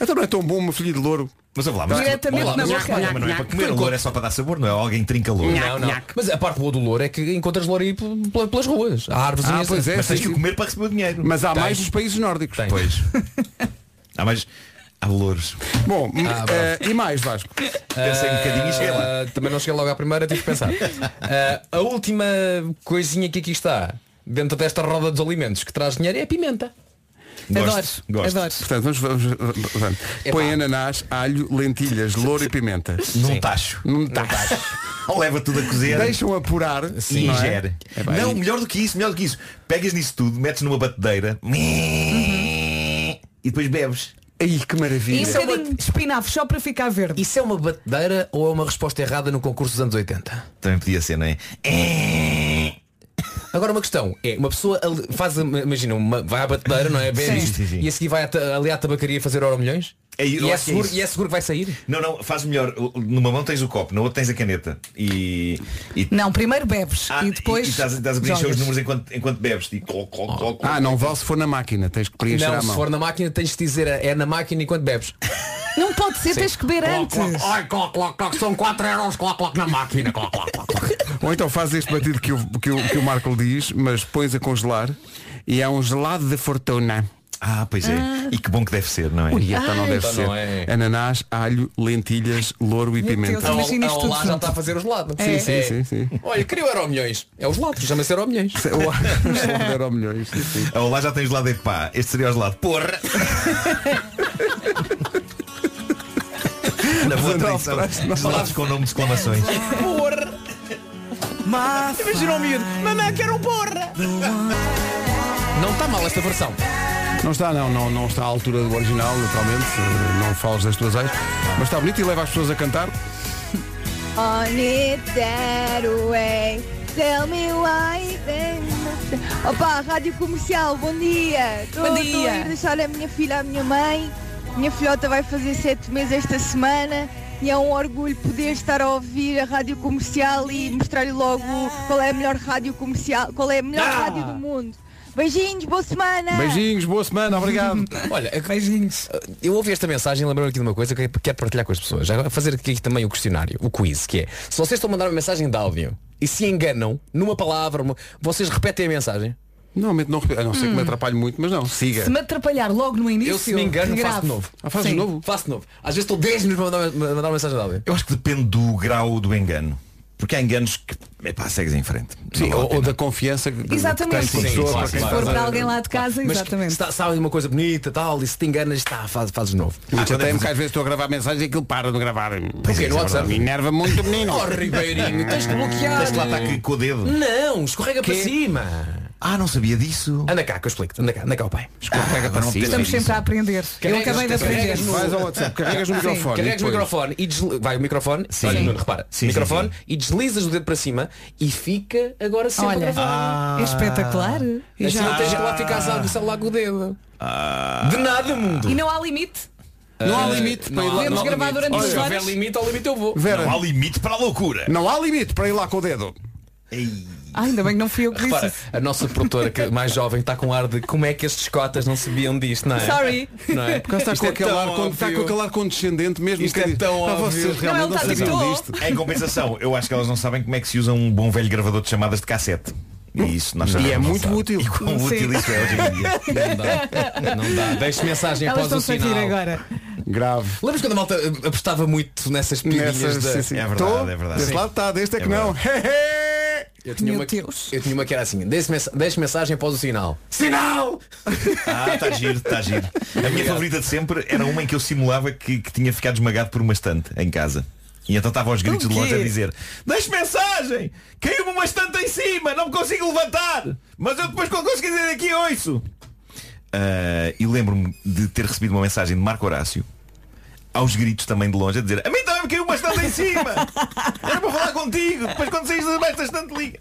B: Então não é tão bom uma folha de louro.
J: Mas vamos lá, mas,
D: Diretamente
J: vamos lá,
D: na um
J: mas-
D: boca.
J: mas não é para comer. O louro é só para dar sabor, não é? Alguém trinca louro.
A: Não, não. Mas a parte boa do louro é que encontras louro aí pel- pel- pelas ruas. Há árvores
B: Ah, pois é,
J: Mas tens
B: sim.
J: que o comer para receber o dinheiro.
B: Mas há
A: Tens.
B: mais nos países nórdicos.
A: Tens.
J: Pois. Há mais. Há louros.
B: Bom, eh, e mais Vasco?
J: Pensei um bocadinho e cheguei lá.
A: Ah, também não cheguei logo à primeira, tive que pensar. Ah, a última coisinha que aqui está, dentro desta roda dos alimentos que traz dinheiro, é a pimenta.
D: Adoro,
J: Gosto, gosto.
D: adoro.
B: Portanto, vamos, vamos, vamos- vamos. Põe ananás, alho, lentilhas, louro e pimenta.
J: Num tacho.
B: Num tacho.
J: Leva tudo a cozer.
B: Deixam apurar
J: e
B: não é?
J: ingere.
B: É
J: não,
B: bem.
J: melhor do que isso, melhor do que isso. Pegas nisso tudo, metes numa batedeira e depois bebes.
B: Ai, que maravilha.
D: E um bocadinho de espinafre só para ficar verde.
A: Isso é uma batedeira ou é uma resposta errada no concurso dos anos 80?
J: Também podia ser, não é?
A: Agora uma questão, é uma pessoa ali- faz, a- imagina, uma, vai à batedeira, não é? Bebe
J: Sim.
A: isto,
J: Sim, sim, sim.
A: E a seguir vai a ta- ali à tabacaria fazer euro milhões?
J: É, eu
A: e, é
J: acho que é
A: seguro,
J: isso.
A: e é seguro que vai sair?
J: Não, não, faz melhor. Numa mão tens o copo, na outra tens a caneta. E. e-
D: Não, primeiro bebes
J: Ah,
D: e depois.
J: e estás, a- estás a preencher
D: jogas.
J: os números enquanto, enquanto bebes. E... cloc, cloc, cloc, cloc.
B: Ah, não vale se for na máquina, tens que preencher
A: Não,
B: a
A: se
B: mão.
A: for na máquina tens de dizer é na máquina enquanto bebes.
D: Não pode ser, tens que beber antes.
A: Ai, cloc, cloc, cloc, são 4 euros, cloc, cloc, na máquina, cloc, cloc, cloc.
B: Ou então faz este batido que o, que, o, que o Marco diz, mas pões a congelar e é um gelado de fortuna.
J: Ah, pois é. E que bom que deve ser, não é?
B: Ui, então não deve
A: Então
B: ser.
A: não é.
B: Ananás, alho, lentilhas, louro e
A: A,
B: pimenta.
D: Deus. Imagina
A: Ol- a
D: isto tudo
A: Olá já
D: junto.
A: está a fazer os lados.
B: Sim, sim, sim, sim.
A: Olha, queria o Euro milhões. É os lados, chama-se Euro milhões.
B: O alho era milhões. Sim, sim.
J: Ah, lá já tens lado de pá. Este seria os lado. Porra! Na boa tradição. Gelados com nome de exclamações.
A: Imagina o miúdo. Mamãe, quero um porra. Não está Tá mal esta versão.
B: Não está, não, não, não está à altura do original, naturalmente. Não falas das tuas ex. Mas está bonito e leva as pessoas a cantar.
E: On it that way. Tell me why. Opa, Rádio Comercial, bom dia. Estou
D: Bom
E: a
D: dia.
E: ir deixar a minha filha à minha mãe. Minha filhota vai fazer sete meses esta semana e é um orgulho poder estar a ouvir a Rádio Comercial e mostrar-lhe logo qual é a melhor rádio comercial, qual é a melhor
J: Ah!
E: rádio do mundo. Beijinhos, boa semana!
B: Beijinhos, boa semana, obrigado.
A: Olha, beijinhos. Eu ouvi esta mensagem e lembrei-me aqui de uma coisa que eu quero partilhar com as pessoas. Agora fazer aqui também o questionário, o quiz, que é se vocês estão a mandar uma mensagem de áudio e se enganam numa palavra, uma- vocês repetem a mensagem.
B: Normalmente não, repito. a não ser
A: Hum.
B: que me atrapalhe muito, mas não, siga.
D: Se me atrapalhar logo no início.
A: Eu se me engano faço
D: grave.
A: de novo.
B: Ah, faz de
D: Sim.
B: novo.
A: Faço de novo. Às vezes estou 10 minutos para mandar, mandar uma mensagem de áudio.
J: Eu acho que depende do grau do engano. Porque há enganos que. Epá, segues em frente.
B: Sim,
J: Não vale a
B: ou, ou
J: pena.
B: da confiança que,
D: Exatamente.
B: que tens com a
A: Sim,
B: pessoa.
A: claro,
B: para quem
A: claro.
D: Se
B: estás
D: for
B: a-
D: para alguém lá de casa,
A: Mas
D: exatamente.
A: se tá- sabe uma coisa bonita, tal, e se te enganas, tá, faz, fazes de novo.
B: Ah, já tem que às vezes estou a gravar mensagens e aquilo para de gravar.
A: é, no WhatsApp?
B: Me enerva muito, menino.
A: Oh Ribeirinho, tens de bloquear.
J: Tens de lá estar aqui com o dedo.
A: Não, escorrega para cima.
J: Ah, não sabia disso.
A: Anda cá, que eu explico. Anda cá, anda cá o pai. Ah, Desculpa, pega para não me
D: Estamos sempre a aprender. Eu
A: Carregas-
D: acabei de aprender.
A: carregas no- Sim. Carregas no microfone e desli- vai o microfone.
J: Sim.
A: Olha,
J: Sim.
A: Nuno, repara.
J: Sim,
A: microfone
J: sim,
A: e deslizas o dedo para cima e fica agora sempre
D: Olha,
A: a gravar.
D: é espetacular.
A: Assim não tens que lá ficar só no celular com o dedo.
B: Ah.
A: De nada, mundo.
D: E não há limite.
B: Não há limite para ir lá.
D: Podemos
B: não há
D: gravar
B: limite.
D: durante
B: Olha,
D: duas
A: Se
D: horas.
A: houver limite, ao limite eu vou.
B: Vera,
J: Não há limite para a loucura.
B: não há limite para ir lá com o dedo.
D: Ah, ainda bem que não fui eu que disse.
A: Repara,
D: isso.
A: a nossa produtora que é mais jovem está com ar de como é que estes cotas não sabiam disto, não é?
D: Sorry.
A: Não é?
B: Porque está,
A: Isto
B: com
A: é
B: aquele
A: tão
B: ar, con- está com
A: óbvio.
B: aquele ar condescendente mesmo
A: Isto
B: que
A: é
B: diz,
A: tão
B: "Ah,
A: óbvio."
B: vocês
A: Não,
B: realmente
D: ele
B: não,
D: está
B: sabiam
D: habituado.
B: disto.
J: Em compensação, eu acho que elas não sabem como é que se usa um bom velho gravador de chamadas de cassete. E isso nós
B: E
J: sabemos,
B: é
J: não
B: muito
J: sabe.
B: útil.
J: E quão útil isso é hoje em dia.
A: Não dá. Não dá. Deixe mensagem
D: Elas
A: após o
D: estão-se a rir
A: sinal.
D: agora.
B: Grave.
A: Lembras quando a malta eh, apostava muito nessas pirinhas
B: Nessa,
A: da...
B: sim, sim.
J: é verdade,
B: Tô,
J: é verdade.
B: Desse
J: Sim.
B: lado está, deste é,
J: É
B: que não. Hehe.
A: Eu tinha,
D: Meu
A: uma,
D: Deus.
A: eu tinha uma que era assim, deixe mensa- deixe mensagem após o sinal.
J: Sinal! Ah, está giro, está giro. A minha favorita de sempre era uma em que eu simulava que, que tinha ficado esmagado por uma estante em casa. E então estava aos gritos
D: O
J: de longe a
D: quê?
J: dizer Deixe mensagem! Caiu-me uma estante em cima! Não me consigo levantar! Mas eu depois quando conseguir dizer aqui ouço! Ah, e lembro-me de ter recebido uma mensagem de Marco Horácio aos gritos também de longe a dizer a mim também me caiu uma estante em cima! Era para falar contigo! Depois quando saís debaixo da estante liga!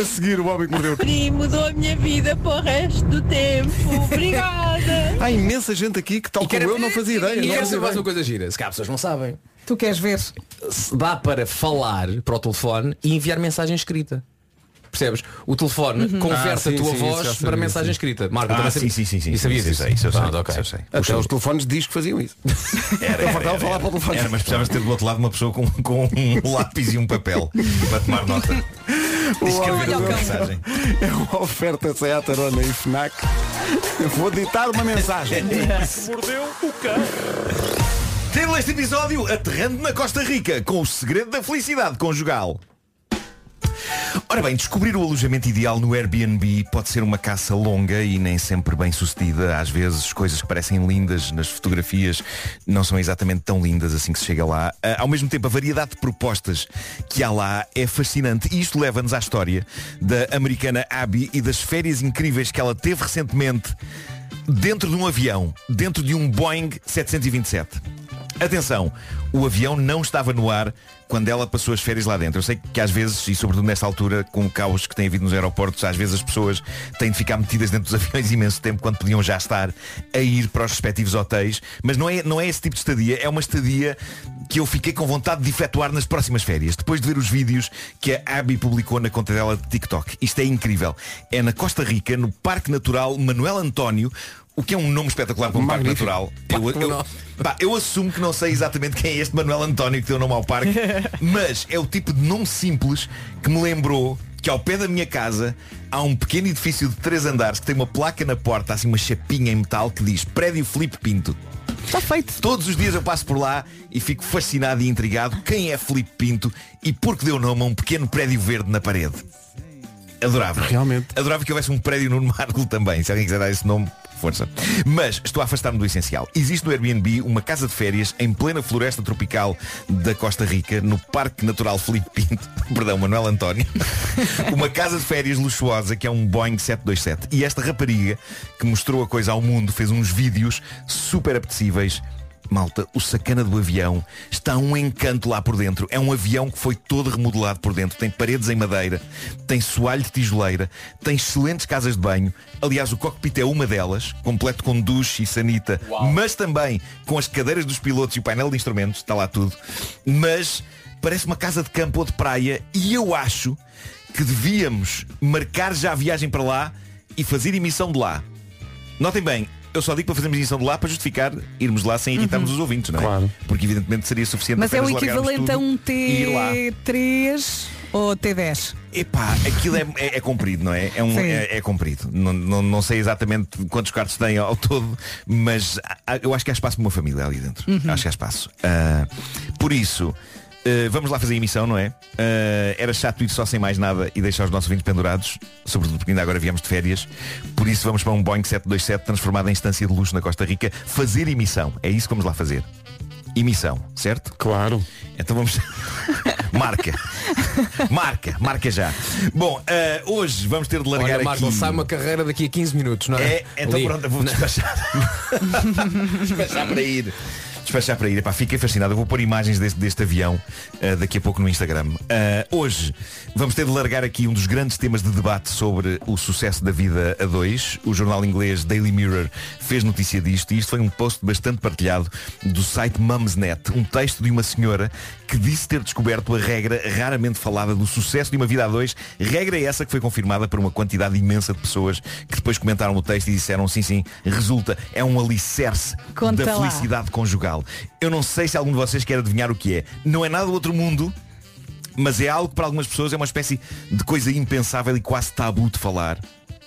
B: A seguir o homem que mordeu. o Cão.
E: Primo, mudou a minha vida para o resto do tempo. Obrigada.
B: Há imensa gente aqui que tal como eu não fazia ideia.
A: E
B: não
A: quero
B: fazia
A: saber mais
B: ideia.
A: uma coisa gira. Se cá pessoas não sabem.
D: Tu queres ver?
A: Se dá para falar para o telefone e enviar mensagem escrita. Percebes? O telefone
B: Ah,
A: converte
B: sim,
A: a tua
B: sim, isso
A: voz
B: já sabia,
A: para mensagem
B: sim.
A: escrita. Marco,
J: Ah,
A: também
J: sim,
A: sabia-
J: sim, sim, sim.
A: E sabias
J: Isso eu
A: disso?
J: sei, isso eu sei,
A: Pronto, ok.
J: isso eu sei.
B: Até os telefones diz que faziam isso.
J: Era,
B: Eu faltava falar para o telefone.
J: Era, mas precisavas ter do outro lado uma pessoa com, com um lápis e um papel para tomar nota. E escrever a tua mensagem.
B: É uma oferta Seat Arona e FNAC. Vou ditar uma mensagem.
J: Título deste episódio, Aterrando na Costa Rica, com o segredo da felicidade conjugal. Ora bem, descobrir o alojamento ideal no Airbnb pode ser uma caça longa e nem sempre bem sucedida. Às vezes, coisas que parecem lindas nas fotografias não são exatamente tão lindas assim que se chega lá. Ah, Ao mesmo tempo, a variedade de propostas que há lá é fascinante. E isto leva-nos à história da americana Abby e das férias incríveis que ela teve recentemente dentro de um avião, dentro de um Boeing 727. Atenção, o avião não estava no ar quando ela passou as férias lá dentro. Eu sei que às vezes, e sobretudo nesta altura, com o caos que tem havido nos aeroportos, às vezes as pessoas têm de ficar metidas dentro dos aviões imenso tempo quando podiam já estar a ir para os respectivos hotéis. Mas não é, não é esse tipo de estadia, é uma estadia que eu fiquei com vontade de efetuar nas próximas férias, depois de ver os vídeos que a Abby publicou na conta dela de TikTok. Isto é incrível. É na Costa Rica, no Parque Natural Manuel António, o que é um nome espetacular para um parque
B: Magnífico.
J: natural. Eu, eu-
B: Manuel.
J: Pá, eu assumo que não sei exatamente quem é este Manuel António que deu nome ao parque, mas é o tipo de nome simples que me lembrou que ao pé da minha casa há um pequeno edifício de três andares que tem uma placa na porta, assim uma chapinha em metal que diz Prédio Filipe Pinto.
D: Está feito.
J: Todos os dias eu passo por lá e fico fascinado e intrigado quem é Filipe Pinto e por que deu nome a um pequeno prédio verde na parede. Adorava.
B: Realmente.
J: Adorava que houvesse um prédio no Marco também. Se alguém quiser dar esse nome, força. Mas estou a afastar-me do essencial. Existe no Airbnb uma casa de férias em plena floresta tropical da Costa Rica, no Parque Natural Filipe Pinto, perdão, Manuel António. uma casa de férias luxuosa que é um Boeing 727. E esta rapariga que mostrou a coisa ao mundo fez uns vídeos super apetecíveis Malta, o sacana do avião está um encanto lá por dentro. É um avião que foi todo remodelado por dentro. Tem paredes em madeira, tem soalho de tijoleira, tem excelentes casas de banho. Aliás, o cockpit é uma delas, completo com duche e sanita, mas também com as cadeiras dos pilotos e o painel de instrumentos, está lá tudo. Mas parece uma casa de campo ou de praia e eu acho que devíamos marcar já a viagem para lá e fazer emissão de lá. Notem bem, eu só digo para fazermos edição de lá para justificar irmos lá sem irritarmos os ouvintes, não é?
B: Claro.
J: Porque evidentemente seria suficiente
D: Uhum. Mas é o
J: Então apenas largarmos
D: equivalente a
J: tudo
D: um
J: e ir lá.
D: T3 ou T10.
J: Epá, aquilo é, é- é comprido, não é? É, um,
D: Sim.
J: é, é comprido. Não, não, não sei exatamente quantos quartos tem ao todo, mas há- eu acho que há espaço para uma família ali dentro. Acho que há espaço. Ah, por isso, ah, vamos lá fazer a emissão, não é? Ah, era chato ir só sem mais nada e deixar os nossos vinhos pendurados, sobretudo porque ainda agora viemos de férias. Por isso vamos para um Boeing 727 transformado em instância de luxo na Costa Rica, fazer emissão. É isso que vamos lá fazer. Emissão, certo?
B: Claro.
J: Então vamos. Marca. Marca, marca já. Bom, eh, hoje vamos ter de largar
A: Olha, Marco,
J: aqui.
A: sai uma carreira daqui a 15 minutos, não é?
J: É, então
A: Ali.
J: pronto, eu vou despachar. despachar para ir. Despachar para ir. Epá, fiquei fascinado. Eu vou pôr imagens deste, deste avião ah, daqui a pouco no Instagram. Ah, hoje vamos ter de largar aqui um dos grandes temas de debate sobre o sucesso da vida a dois. O jornal inglês Daily Mirror fez notícia disto e isto foi um post bastante partilhado do site Mumsnet. Um texto de uma senhora que disse ter descoberto a regra raramente falada do sucesso de uma vida a dois. Regra essa que foi confirmada por uma quantidade imensa de pessoas que depois comentaram o texto e disseram sim, sim, resulta, é um alicerce
D: Conta
J: da
D: lá.
J: felicidade conjugal. Eu não sei se algum de vocês quer adivinhar o que é. Não é nada do outro mundo, mas é algo que para algumas pessoas é uma espécie de coisa impensável e quase tabu de falar.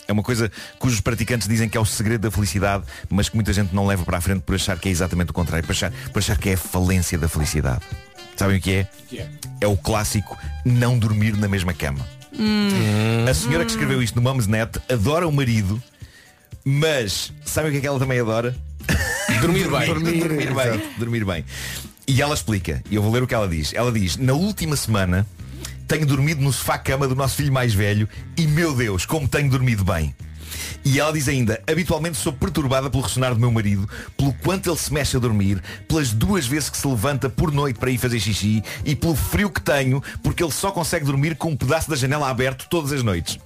J: É uma coisa cujos praticantes dizem que é o segredo da felicidade, mas que muita gente não leva para a frente por achar que é exatamente o contrário, por achar, por achar que é a falência da felicidade. Sabem o que é? É o clássico não dormir na mesma cama. A senhora que escreveu isto no Mumsnet adora o marido, mas sabem o que é que ela também adora?
A: Dormir bem.
J: dormir, dormir bem. Dormir bem. E ela explica, e eu vou ler o que ela diz. Ela diz, na última semana tenho dormido no sofá-cama do nosso filho mais velho e, meu Deus, como tenho dormido bem. E ela diz ainda, habitualmente sou perturbada pelo ressonar do meu marido, pelo quanto ele se mexe a dormir, pelas duas vezes que se levanta por noite para ir fazer xixi e pelo frio que tenho, porque ele só consegue dormir com um pedaço da janela aberto todas as noites.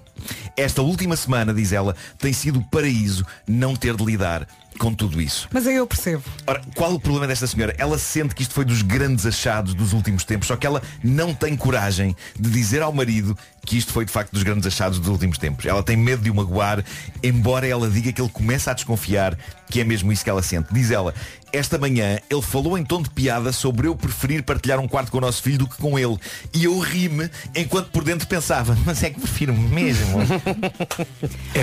J: Esta última semana, diz ela, tem sido o paraíso não ter de lidar com tudo isso.
D: Mas aí eu percebo.
J: Ora, qual o problema desta senhora? Ela sente que isto foi dos grandes achados dos últimos tempos, só que ela não tem coragem de dizer ao marido que isto foi de facto dos grandes achados dos últimos tempos. Ela tem medo de o magoar, embora ela diga que ele começa a desconfiar que é mesmo isso que ela sente. Diz ela, esta manhã ele falou em tom de piada sobre eu preferir partilhar um quarto com o nosso filho do que com ele. E eu ri-me enquanto por dentro pensava, mas é que prefiro mesmo.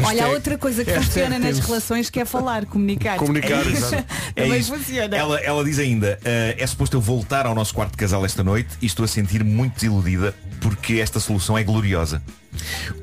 G: Olha, há
J: é-
G: outra coisa que
B: hashtag
G: funciona nas
B: temos.
G: relações que é falar, comunicar.
B: Comunicar,
J: É isso.
B: exato.
J: É
G: Também
J: isso.
G: funciona.
J: Ela, ela diz ainda, "Ah, é suposto eu voltar ao nosso quarto de casal esta noite e estou a sentir muito desiludida porque esta solução é gloriosa.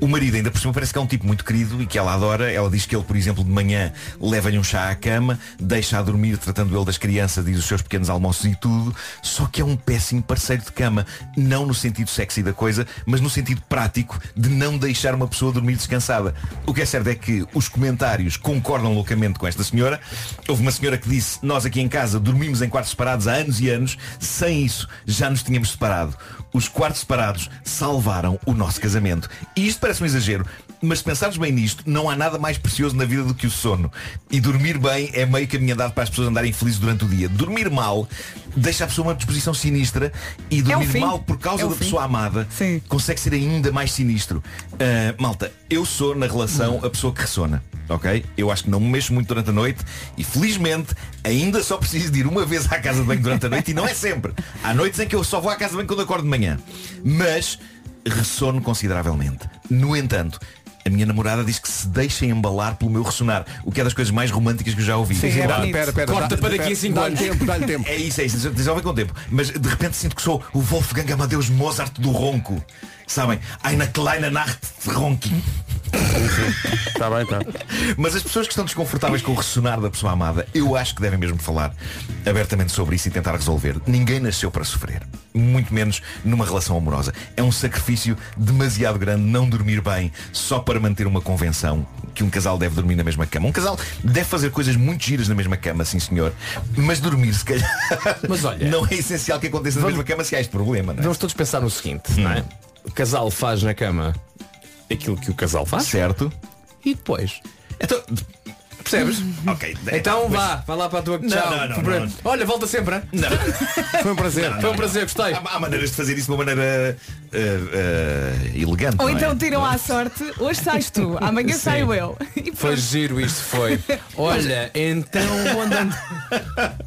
J: O marido ainda por cima parece que é um tipo muito querido e que ela adora. Ela diz que ele, por exemplo, de manhã leva-lhe um chá à cama, deixa a dormir tratando ele das crianças, diz os seus pequenos almoços e tudo. Só que é um péssimo parceiro de cama. Não no sentido sexy da coisa, mas no sentido prático de não deixar uma pessoa dormir descansada. O que é certo é que os comentários concordam loucamente com esta senhora. Houve uma senhora que disse, nós aqui em casa dormimos em quartos separados há anos e anos, sem isso já nos tínhamos separado. Os quartos separados salvaram o nosso casamento. E isto parece um exagero, mas se pensarmos bem nisto, não há nada mais precioso na vida do que o sono. E dormir bem é meio caminho andado para as pessoas andarem felizes durante o dia. Dormir mal deixa a pessoa numa disposição sinistra e dormir
D: É fim.
J: mal por causa
D: É o
J: da
D: fim.
J: pessoa amada
D: Sim.
J: consegue ser ainda mais sinistro. Ah, malta, eu sou na relação a pessoa que ressona, ok? Eu acho que não me mexo muito durante a noite e felizmente ainda só preciso de ir uma vez à casa de banho durante a noite e não é sempre. Há noites em que eu só vou à casa de banho quando acordo de manhã. Mas ressono consideravelmente. No entanto, a minha namorada diz que se deixa embalar pelo meu ressonar, o que é das coisas mais românticas que eu já ouvi.
D: Sim, é
J: Claro.
D: bonito.
B: Espera, espera. dá-
A: Corta para daqui a
B: espera,
A: cinco
B: dá-lhe
A: anos.
B: tempo, dá-lhe tempo.
J: É isso, é isso, desenvolvem com o tempo. Mas de repente sinto que sou o Wolfgang Amadeus Mozart do ronco. Sabem? Eine kleine Nacht ronki.
B: Está bem, está.
J: Mas as pessoas que estão desconfortáveis com o ressonar da pessoa amada, eu acho que devem mesmo falar abertamente sobre isso e tentar resolver. Ninguém nasceu para sofrer. Muito menos numa relação amorosa. É um sacrifício demasiado grande não dormir bem só para manter uma convenção que um casal deve dormir na mesma cama. Um casal deve fazer coisas muito giras na mesma cama, sim senhor. Mas dormir, se calhar,
A: Mas olha-
J: não é essencial que aconteça na mesma cama se há este problema. Não é?
A: Vamos todos pensar no seguinte, não
J: Hum.
A: é? O casal faz na cama aquilo que o casal faz
J: Certo?
A: e depois.
J: Então,
A: Percebes?
J: ok.
A: Então
J: mas-
A: vá, vá lá para a tua. Tchau.
J: não, não,
A: Por-
J: não.
A: Olha, volta sempre, hein?
J: Não. Ah,
B: Foi um prazer.
A: Foi um prazer, gostei.
J: Há, há maneiras de fazer isso de uma maneira eh, eh, elegante.
G: Ou
J: não é?
G: então tiram à sorte, hoje sais tu, amanhã saio eu. E
A: Foi
G: pronto.
A: giro isto foi. Olha, então vou andando.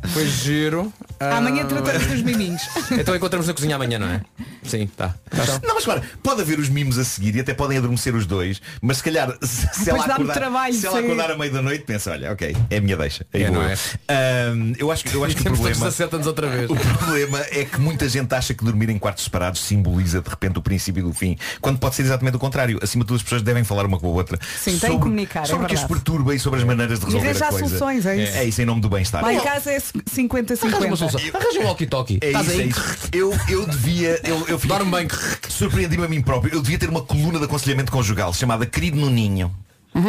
A: Foi giro. Ah,
G: Amanhã tratamos dos miminhos.
A: Então encontramos na cozinha amanhã, não é? Sim, tá. Tchau.
J: Não, mas claro, pode haver os mimos a seguir e até podem adormecer os dois, mas se calhar se, se ela
G: dá-me
J: acordar,
G: trabalho,
J: se ela
G: sim.
J: acordar à meia da noite, pensa, olha, ok, é a minha deixa. Aí
A: É,
J: vou
A: não
J: eu.
A: é?
J: Ahm, eu acho que, eu acho que o
A: Temos
J: problema.
A: todos 17 anos outra vez.
J: O problema é que muita gente acha que dormir em quartos separados simboliza de repente o princípio do fim, quando pode ser exatamente o contrário. Acima de tudo, as pessoas devem falar uma com a outra
G: Sim, têm que
J: sobre,
G: comunicar, é
J: sobre o que as
G: verdade.
J: perturba e sobre as maneiras
G: E
J: de resolver a
G: arranjar
J: coisa.
G: soluções, é isso.
J: É isso em nome do bem-estar.
G: Lá em
J: Eu-
G: casa é
A: Arranja uma
G: 50-50.
A: solução. Arranja um walkie-talkie.
J: É
A: Estás
J: isso, é
A: aí.
J: isso. Eu, eu devia, eu, eu eu fiquei... Dorme bem. Surpreendi-me a mim próprio. Eu devia ter uma coluna de aconselhamento conjugal chamada Querido Nuninho.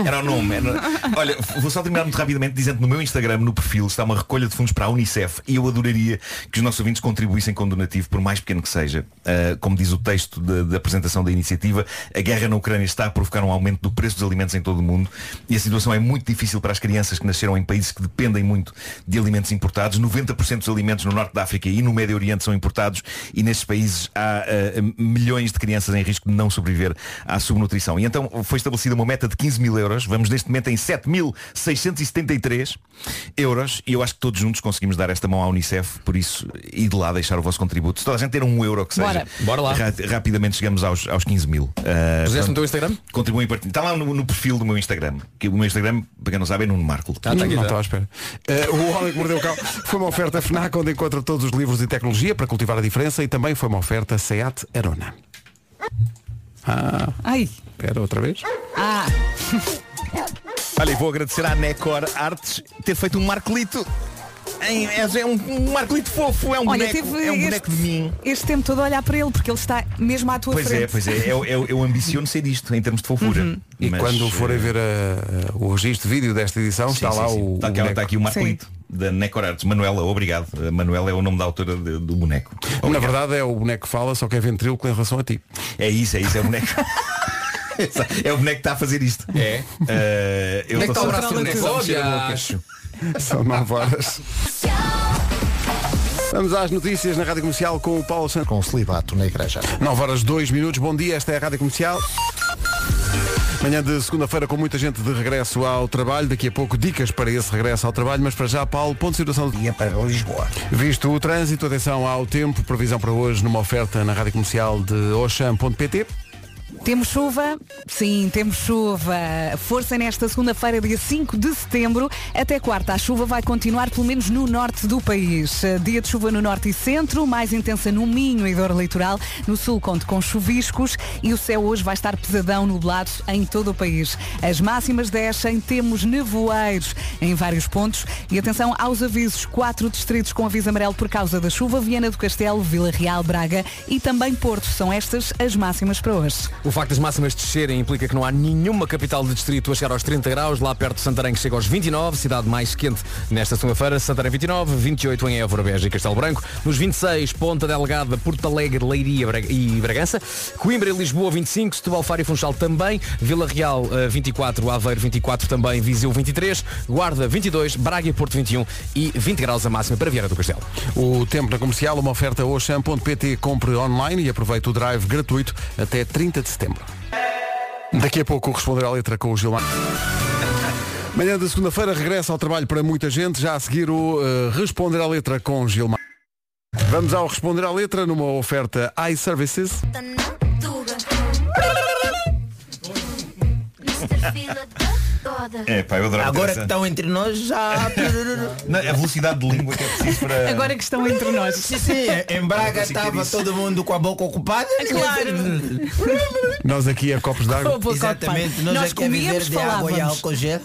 J: Era o nome. era- Olha, vou só terminar muito rapidamente dizendo que no meu Instagram, no perfil, está uma recolha de fundos para a Unicef e eu adoraria que os nossos ouvintes contribuíssem com donativo, por mais pequeno que seja. Ah, como diz o texto da, da apresentação da iniciativa, a guerra na Ucrânia está a provocar um aumento do preço dos alimentos em todo o mundo e a situação é muito difícil para as crianças que nasceram em países que dependem muito de alimentos importados. 90% dos alimentos no norte da África e no Médio Oriente são importados e nestes países há ah, milhões de crianças em risco de não sobreviver à subnutrição. E então foi estabelecida uma meta de 15 mil euros. Vamos neste momento em 7.673 euros. E eu acho que todos juntos conseguimos dar esta mão à Unicef. Por isso, e de lá deixar o vosso contributo. Se toda a gente ter um euro que seja,
A: Bora. Bora lá.
J: ra- rapidamente chegamos aos, aos 15 mil. Ah,
A: Puseste no
J: portanto,
A: teu Instagram?
J: Contribuem para... Está lá no, no perfil do meu Instagram. Que o meu Instagram, para quem não sabe, é Nuno Marco.
B: Não, não estava à espera. Eh, o Homem que Mordeu o Cão foi uma oferta FNAC onde encontra todos os livros e tecnologia para cultivar a diferença e também foi uma oferta SEAT Arona. Ah,
D: Ai.
B: Espera, outra vez.
D: Ah.
J: Olha, e vou agradecer à Necor Artes ter feito um Marcolito. Em- É um, um Marcolito fofo, é um
D: Olha,
J: boneco,
D: teve
J: é um
D: este,
J: boneco de mim.
D: este tempo todo a olhar para ele, porque ele está mesmo à tua
J: Pois
D: frente.
J: é, pois é. Eu, eu, eu ambiciono ser disto em termos de fofura.
B: Uhum. E
J: Mas,
B: quando
J: eh,
B: forem ver a- a- o registro de vídeo desta edição,
J: sim,
B: está
J: sim,
B: lá
J: sim.
B: o.
J: Está aqui,
B: boneco.
J: está aqui o Marcolito da Necor Artes. Manuela, obrigado. Eh, Manuela é o nome da autora de- do boneco.
B: Na verdade é o boneco que fala, só que é ventríloco em relação a ti.
J: É isso, é isso, é o boneco. é o boneco que está a fazer isto. É. eu
B: Onde é que
J: estou
B: está o
J: só-
B: braço do boneco?
J: só a mexer a boca.
B: Óbvio. São 9 horas. Vamos às notícias na Rádio Comercial com o Paulo Santos. Com o celibato na igreja. 9 horas 2 minutos. Bom dia, esta é a Rádio Comercial. Manhã de segunda-feira com muita gente de regresso ao trabalho. Daqui a pouco dicas para esse regresso ao trabalho. Mas para já, Paulo, ponto de situação do dia para Lisboa. Visto o trânsito, atenção ao tempo. Previsão para hoje numa oferta na Rádio Comercial de Oxam.pt.
D: Temos chuva? Sim, temos chuva. Força nesta segunda-feira, dia 5 de setembro. Até quarta, a chuva vai continuar, pelo menos no norte do país. Dia de chuva no norte e centro, mais intensa no Minho e Douro Litoral. No sul, conto com chuviscos e o céu hoje vai estar pesadão nublado em todo o país. As máximas descem, temos nevoeiros em vários pontos. E atenção aos avisos: quatro distritos com aviso amarelo por causa da chuva: Viana do Castelo, Vila Real, Braga e também Porto. São estas as máximas para hoje.
A: O facto das máximas descerem implica que não há nenhuma capital de distrito a chegar aos 30 graus. Lá perto de Santarém que chega aos 29, cidade mais quente nesta segunda-feira. Santarém 29, 28 em Évora, Beja e Castelo Branco. Nos 26, Ponta Delgada, Porto Alegre, Leiria Bra- e Bragança. Coimbra e Lisboa 25, Setúbal, Faro e Funchal também. Vila Real eh, 24, Aveiro 24 também, Viseu 23, Guarda 22, Braga e Porto 21 e 20 graus a máxima para Vieira do Castelo.
B: O tempo na comercial, uma oferta Oxam.pt, compre online e aproveite o drive gratuito até 30 de setembro. Daqui a pouco responder à letra com o Gilmar. Manhã de segunda-feira regressa ao trabalho para muita gente, já a seguir o eh, Responder à Letra com Gilmar. Vamos ao Responder à Letra numa oferta iServices.
E: Tá
J: É, pá, eu adorava
I: Agora
J: essa.
I: que estão entre nós já.
J: Não, a velocidade de língua que é preciso para.
I: Agora
D: que estão entre nós.
I: Sim, sim. Em Braga estava todo mundo com a boca ocupada. Claro.
B: Nós aqui a copos d'água. tá-
I: Exatamente.
J: é
I: Nós, aqui a viver de água e álcool gel.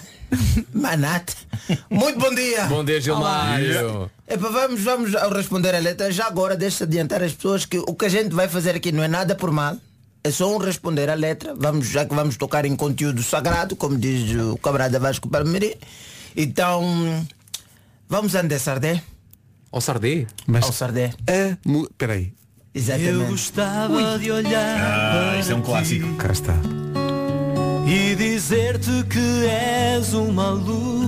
I: Manate. Muito bom dia.
A: Bom dia, Gilmário.
I: Olá. Epá, vamos, vamos ao responder a letra. Já agora deixa adiantar as pessoas que o que a gente vai fazer aqui não é nada por mal. É só um responder a letra. Vamos, já que vamos tocar em conteúdo sagrado, como diz o camarada Vasco Palmeirim. Então, vamos andar Sardé.
A: Ao Sardé?
B: Mas...
I: Ao Sardé.
B: Espera aí.
I: Exatamente. Eu
K: gostava de olhar
J: Ah, isto é um clássico.
B: Cá está.
K: e dizer-te que és uma luz.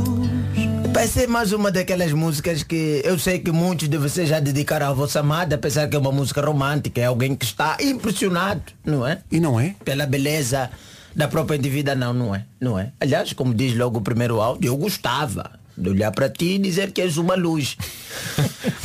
I: Vai ser mais uma daquelas músicas que eu sei que muitos de vocês já dedicaram à vossa amada, apesar que é uma música romântica, é alguém que está impressionado, não é?
B: E não é?
I: Pela beleza da própria indivídua, não, não é? Não é? Aliás, como diz logo o primeiro áudio, eu gostava de olhar para ti e dizer que és uma luz.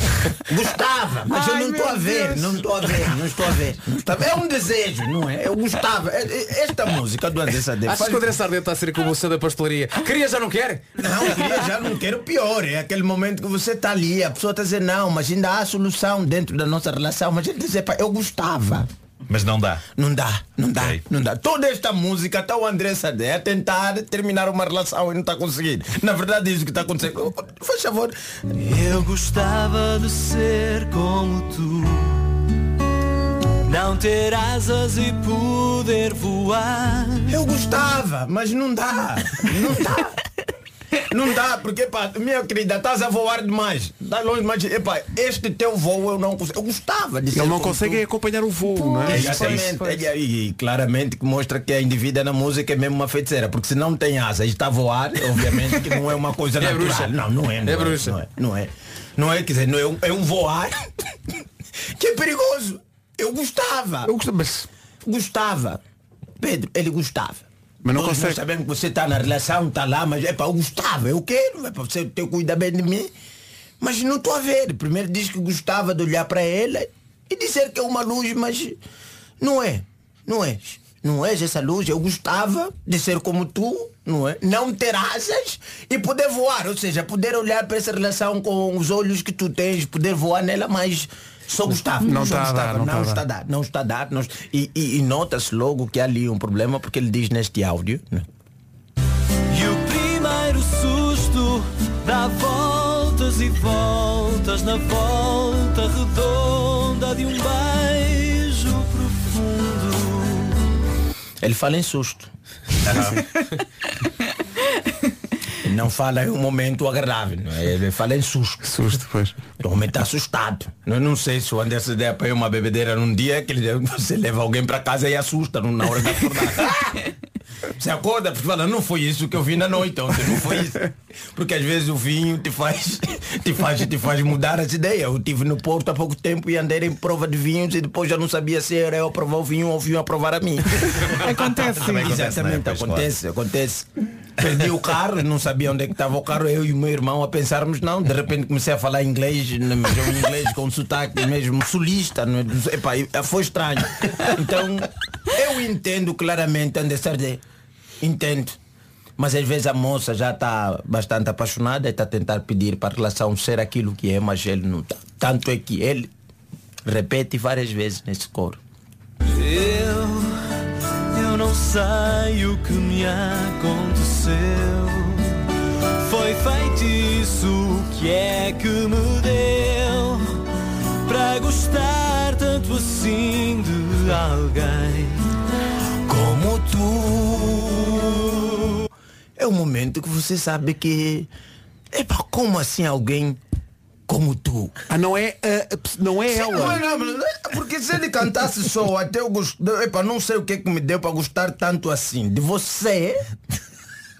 I: gostava, mas
K: Ai,
I: eu não estou
K: meu
I: a ver,
K: Deus.
I: não estou a ver, não estou a ver. Não estou a ver. É um desejo, não é? Eu gostava. É- é- Esta música do André Sade
A: Achas
I: faz-
A: que o André Sardé está a ser como o Sandra Pastelaria? Queria, já não quer?
I: Não, queria, já não quero pior. É aquele momento que você está ali, a pessoa está dizendo, não, mas ainda há solução dentro da nossa relação. Mas ele dizer, pá, eu gostava.
J: Mas não dá.
I: Não dá, não dá, não dá. Toda esta música está o André Sade a tentar terminar uma relação e não está conseguindo. Na verdade, isso que está acontecendo. Oh, Faz favor.
K: Eu gostava de ser como tu.
L: Não ter asas e poder voar.
J: Eu gostava, mas não dá. Não dá. Não dá, porque, pá, minha querida, estás a voar demais. Dá longe, mas, epá, este teu voo eu não consigo. Eu gostava de ser
B: Ele não
J: como
B: consegue
J: tu.
B: acompanhar o voo, não é?
J: Exatamente. E, e- e claramente que mostra que a indivídua na música é mesmo uma feiticeira, porque se não tem asa e está a voar, obviamente que não é uma coisa
B: É
J: natural.
B: bruxa.
J: Não, não é. Não
B: É bruxa.
J: Não é. Não é, não é, quer dizer, não é, um, é um voar que é perigoso. Eu gostava. Eu
B: gostava, mas...
J: Gostava. Pedro, ele gostava.
B: Mas não
J: Nós- nós
B: consegue.
J: sabemos que você está na relação, está lá, mas é para eu gostava, eu quero, é para você ter cuidado bem de mim. Mas não estou a ver. Primeiro diz que gostava de olhar para ela e dizer que é uma luz, mas não é. Não é. Não és essa luz. Eu gostava de ser como tu, não é? Não ter asas e poder voar. Ou seja, poder olhar para essa relação com os olhos que tu tens, poder voar nela, mas só gostava.
B: Não
J: só
B: tá a dar,
J: gostava,
B: não tá a
J: não
B: dar.
J: está a dar, não está a dar. não- E, e- e nota-se logo que há ali um problema porque ele diz neste áudio. né?
L: E o primeiro susto dá voltas e voltas na volta redonda de um beijo profundo.
J: Ele fala em susto. Não fala em um momento agradável. não é? Ele fala em susto.
B: Susto, pois.
J: O homem está assustado. Eu não sei se o Anderson der apanhou uma bebedeira num dia que ele, você leva alguém para casa e assusta na hora de acordar. Você acorda porque fala, não foi isso que eu vi na noite ontem, não foi isso. Porque às vezes o vinho te faz, te faz, te faz mudar as ideias. Eu estive no Porto há pouco tempo e andei em prova de vinhos e depois já não sabia se era eu aprovar o vinho ou o vinho aprovar a mim.
C: Acontece. Também acontece,
J: Exatamente,
C: né? Pois,
J: acontece, acontece. Perdi o carro, não sabia onde é que estava o carro, eu e o meu irmão a pensarmos, não, de repente comecei a falar inglês, né, mas é um inglês com sotaque mesmo sulista, não é? Epá, foi estranho. Então, eu entendo claramente onde de entendo. Mas às vezes a moça já está bastante apaixonada e está a tentar pedir para a relação ser aquilo que é, mas ele não está. Tanto é que ele repete várias vezes nesse coro.
L: Eu, eu não sei o que me aconteceu. Foi feitiço o que é que me deu para gostar tanto assim de alguém
J: como tu. É o momento que você sabe que. Epa, como assim alguém como tu?
B: Ah, não é, não é ela.
J: eh, porque se ele cantasse só até eu gostar. Epa, não sei o que, que me deu para gostar tanto assim. De você.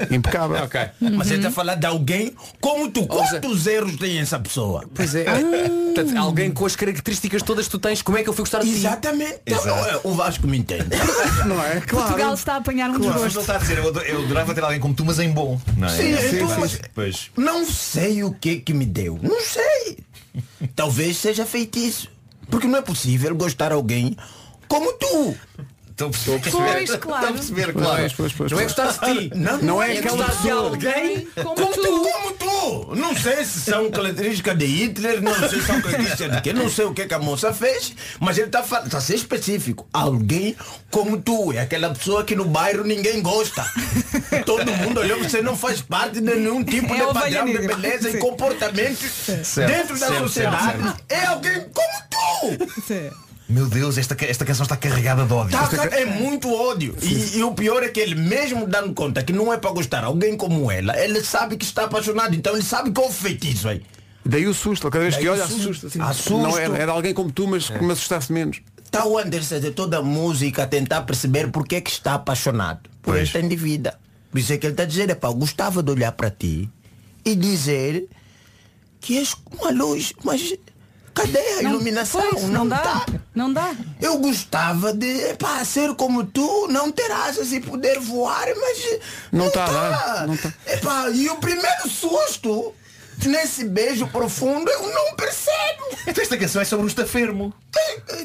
B: Impecável.
J: Mas você está a falar de alguém como tu. Quantos erros tem essa pessoa?
A: Pois é. Portanto, alguém com as características todas que tu tens, como é que eu fui gostar de ti?
J: Exatamente. Então, é, O Vasco me entende.
B: Não é?
D: Portugal está a apanhar um
C: Claro, mas
D: desgosto.
C: ele está a dizer, eu ador- eu adorava ter alguém como tu, mas em bom. Não é?
J: Sim, então,
C: Pois,
J: mas-
C: Pois.
J: Não sei o que que me deu. Não sei. Talvez seja feitiço. Porque não é possível gostar alguém como tu.
C: Estou a perceber.
D: Pois, claro.
C: Estou a perceber,
B: Pois,
C: claro.
B: pois, pois, pois,
A: Não é
B: pois.
A: gostar de ti.
J: Não,
B: Não é
A: É
B: aquela
A: gostar de
B: pessoa.
A: alguém como,
J: Como
A: tu.
J: tu, como tu! Não sei se são características de Hitler, não sei se são características de quem, não sei o que, que a moça fez, mas ele está falando, está a ser específico. Alguém como tu, é aquela pessoa que no bairro ninguém gosta. Todo mundo olhou, você não faz parte de nenhum tipo
D: É
J: de
D: a ovelha
J: padrão de
D: negra.
J: beleza e comportamento dentro da
C: certo,
J: sociedade. É alguém como tu!
C: Meu Deus, esta, ca- esta canção está carregada de ódio.
J: Tá, cara, é muito ódio. E, e o pior é que ele mesmo dando conta que não é para gostar alguém como ela, ele sabe que está apaixonado, então ele sabe qual o feitiço aí.
B: Daí o susto, cada vez que
J: Daí o
B: olha
J: susto. É.
B: assusta. assim.
J: Assusto.
B: Não era, era alguém como tu, mas que me assustasse menos.
J: Tá o Anderson de toda a música a tentar perceber por que é que está apaixonado. Por
C: Pois.
J: esta indivídua. Por isso é que ele está dizendo, é pá, eu gostava de olhar para ti e dizer que és uma luz, mas cadê a
D: Não,
J: iluminação?
D: pois, não, dá.
J: tá.
D: Não dá.
J: Eu gostava de epá, ser como tu, não ter asas e poder voar, mas
B: Não
J: está
B: tá a dar, não tá.
J: Epá, e o primeiro susto nesse beijo profundo eu não percebo.
C: Esta canção é sobre o estafermo.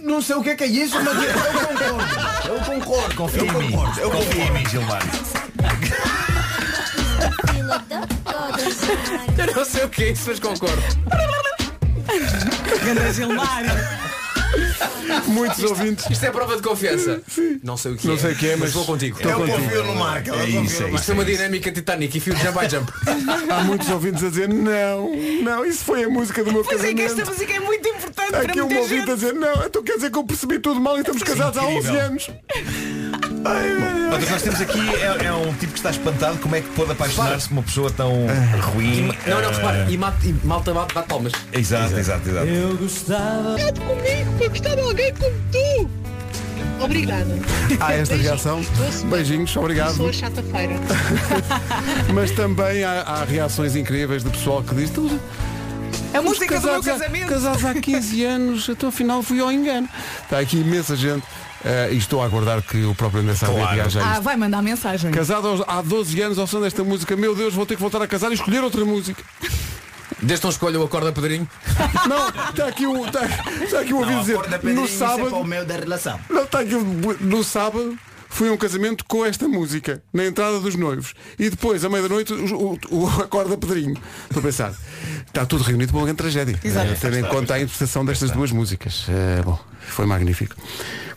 J: Não sei o que é, que é isso, mas eu concordo. Eu concordo,
C: Confia
J: eu
C: em mim.
J: concordo. Eu concordo.
C: Confia em mim, Gilmar.
A: Eu não sei o que é isso, mas concordo.
D: Ganda Gilmar.
B: Muitos ouvintes.
A: Isto é prova de confiança. Não sei o que
B: Não
A: é.
B: sei o que é, mas
A: vou contigo.
B: estou É o contigo. confio no Marco, é o
A: É
B: confio
A: isso,
B: no
A: é
B: Marco.
A: isso. Isto é uma dinâmica Titanic e fio de jump by jump.
B: Há muitos ouvintes a dizer não, não, isso foi a música do meu
G: Pois é
B: casamento.
G: que esta música é muito importante
B: Há
G: para
B: Aqui um
G: muita
B: ouvinte a
G: gente.
B: dizer não, então quer dizer que eu percebi tudo mal e estamos
J: Isso é
B: casados há 11
J: incrível.
B: anos. Ai, ai,
J: Portanto, o que nós temos aqui é, é um tipo que está espantado como é que pode apaixonar-se por uma pessoa tão ruim.
A: Não, não,
J: eh,
A: repara. E, mata, e malta bate, bate palmas.
J: Exato, exato, exato.
K: Eu gostava.
M: Cante comigo para gostar de alguém como tu. Obrigada.
B: Há esta reação. Beijinhos, obrigado.
M: Sou a chata-feira.
B: Mas também há, há reações incríveis de pessoal que diz. "Tu-
G: A música do meu
B: casados há-
G: casamento.
B: Casados há 15 anos, então afinal fui ao engano. Está aqui imensa gente eh, e estou a aguardar que o próprio André Sardinha reaja a
D: Ah,
B: isto.
D: vai mandar mensagem.
B: Casado aos- há 12 anos ao som desta música, meu Deus, vou ter que voltar a casar e escolher outra música.
A: Desde um escolha o acorda Pedrinho.
B: Não, está aqui o está, está aqui o ouvido dizer.
I: acorda, Pedrinho,
B: No
I: isso é
B: sábado.
I: para o meio da relação.
B: Não, está aqui, o- no sábado foi um casamento com esta música, na entrada dos noivos. E depois, à meia-noite, o, o- o acorda Pedrinho. Estou a pensar, está tudo reunido por uma grande tragédia.
G: Exato.
B: Eh, Tendo em conta a interpretação destas duas músicas. Eh, bom, foi magnífico.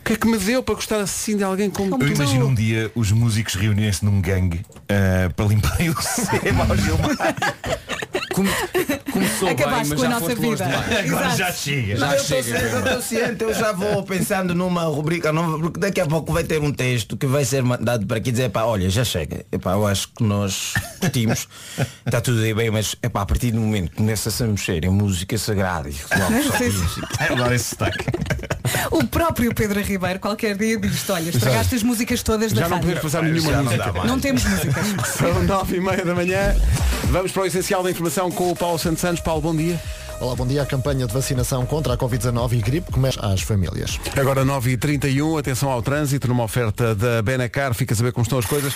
B: O que é que me deu para gostar assim de alguém como
J: Eu
B: tu?
J: imagino um dia os músicos reunirem-se num gangue eh, para limparem o sebo ao Gilmar.
A: Começou
I: Acabaste
A: bem, mas
I: com a
A: já
I: nossa
A: foste longe
I: vida.
A: demais.
I: Agora
J: já chega.
I: Não, eu estou ciente, eu tô ciente, eu já vou pensando numa rubrica nova, porque daqui a pouco vai ter um texto que vai ser mandado para aqui dizer, pá, olha, já chega. Epá, eu acho que nós curtimos, está tudo aí bem, mas epá, a partir do momento que começa-se a mexer em música sagrada e ritual,
D: Não
I: só
D: sei se-
I: música.
J: Adoro esse sotaque.
D: O próprio Pedro Ribeiro qualquer dia diz olha, estragaste as músicas todas da
B: Já não
D: rádio.
B: podemos passar nenhuma
D: Já não
B: música.
D: dá mais. Não temos músicas.
B: São Então, nove e meia da manhã. Vamos para o essencial da informação com o Paulo Santos Santos. Paulo, bom dia.
N: Olá, bom dia. A campanha de vacinação contra a Covid-19 e gripe começa às famílias.
B: Agora 9h31, atenção ao trânsito, numa oferta da Benacar, fica a saber como estão as coisas.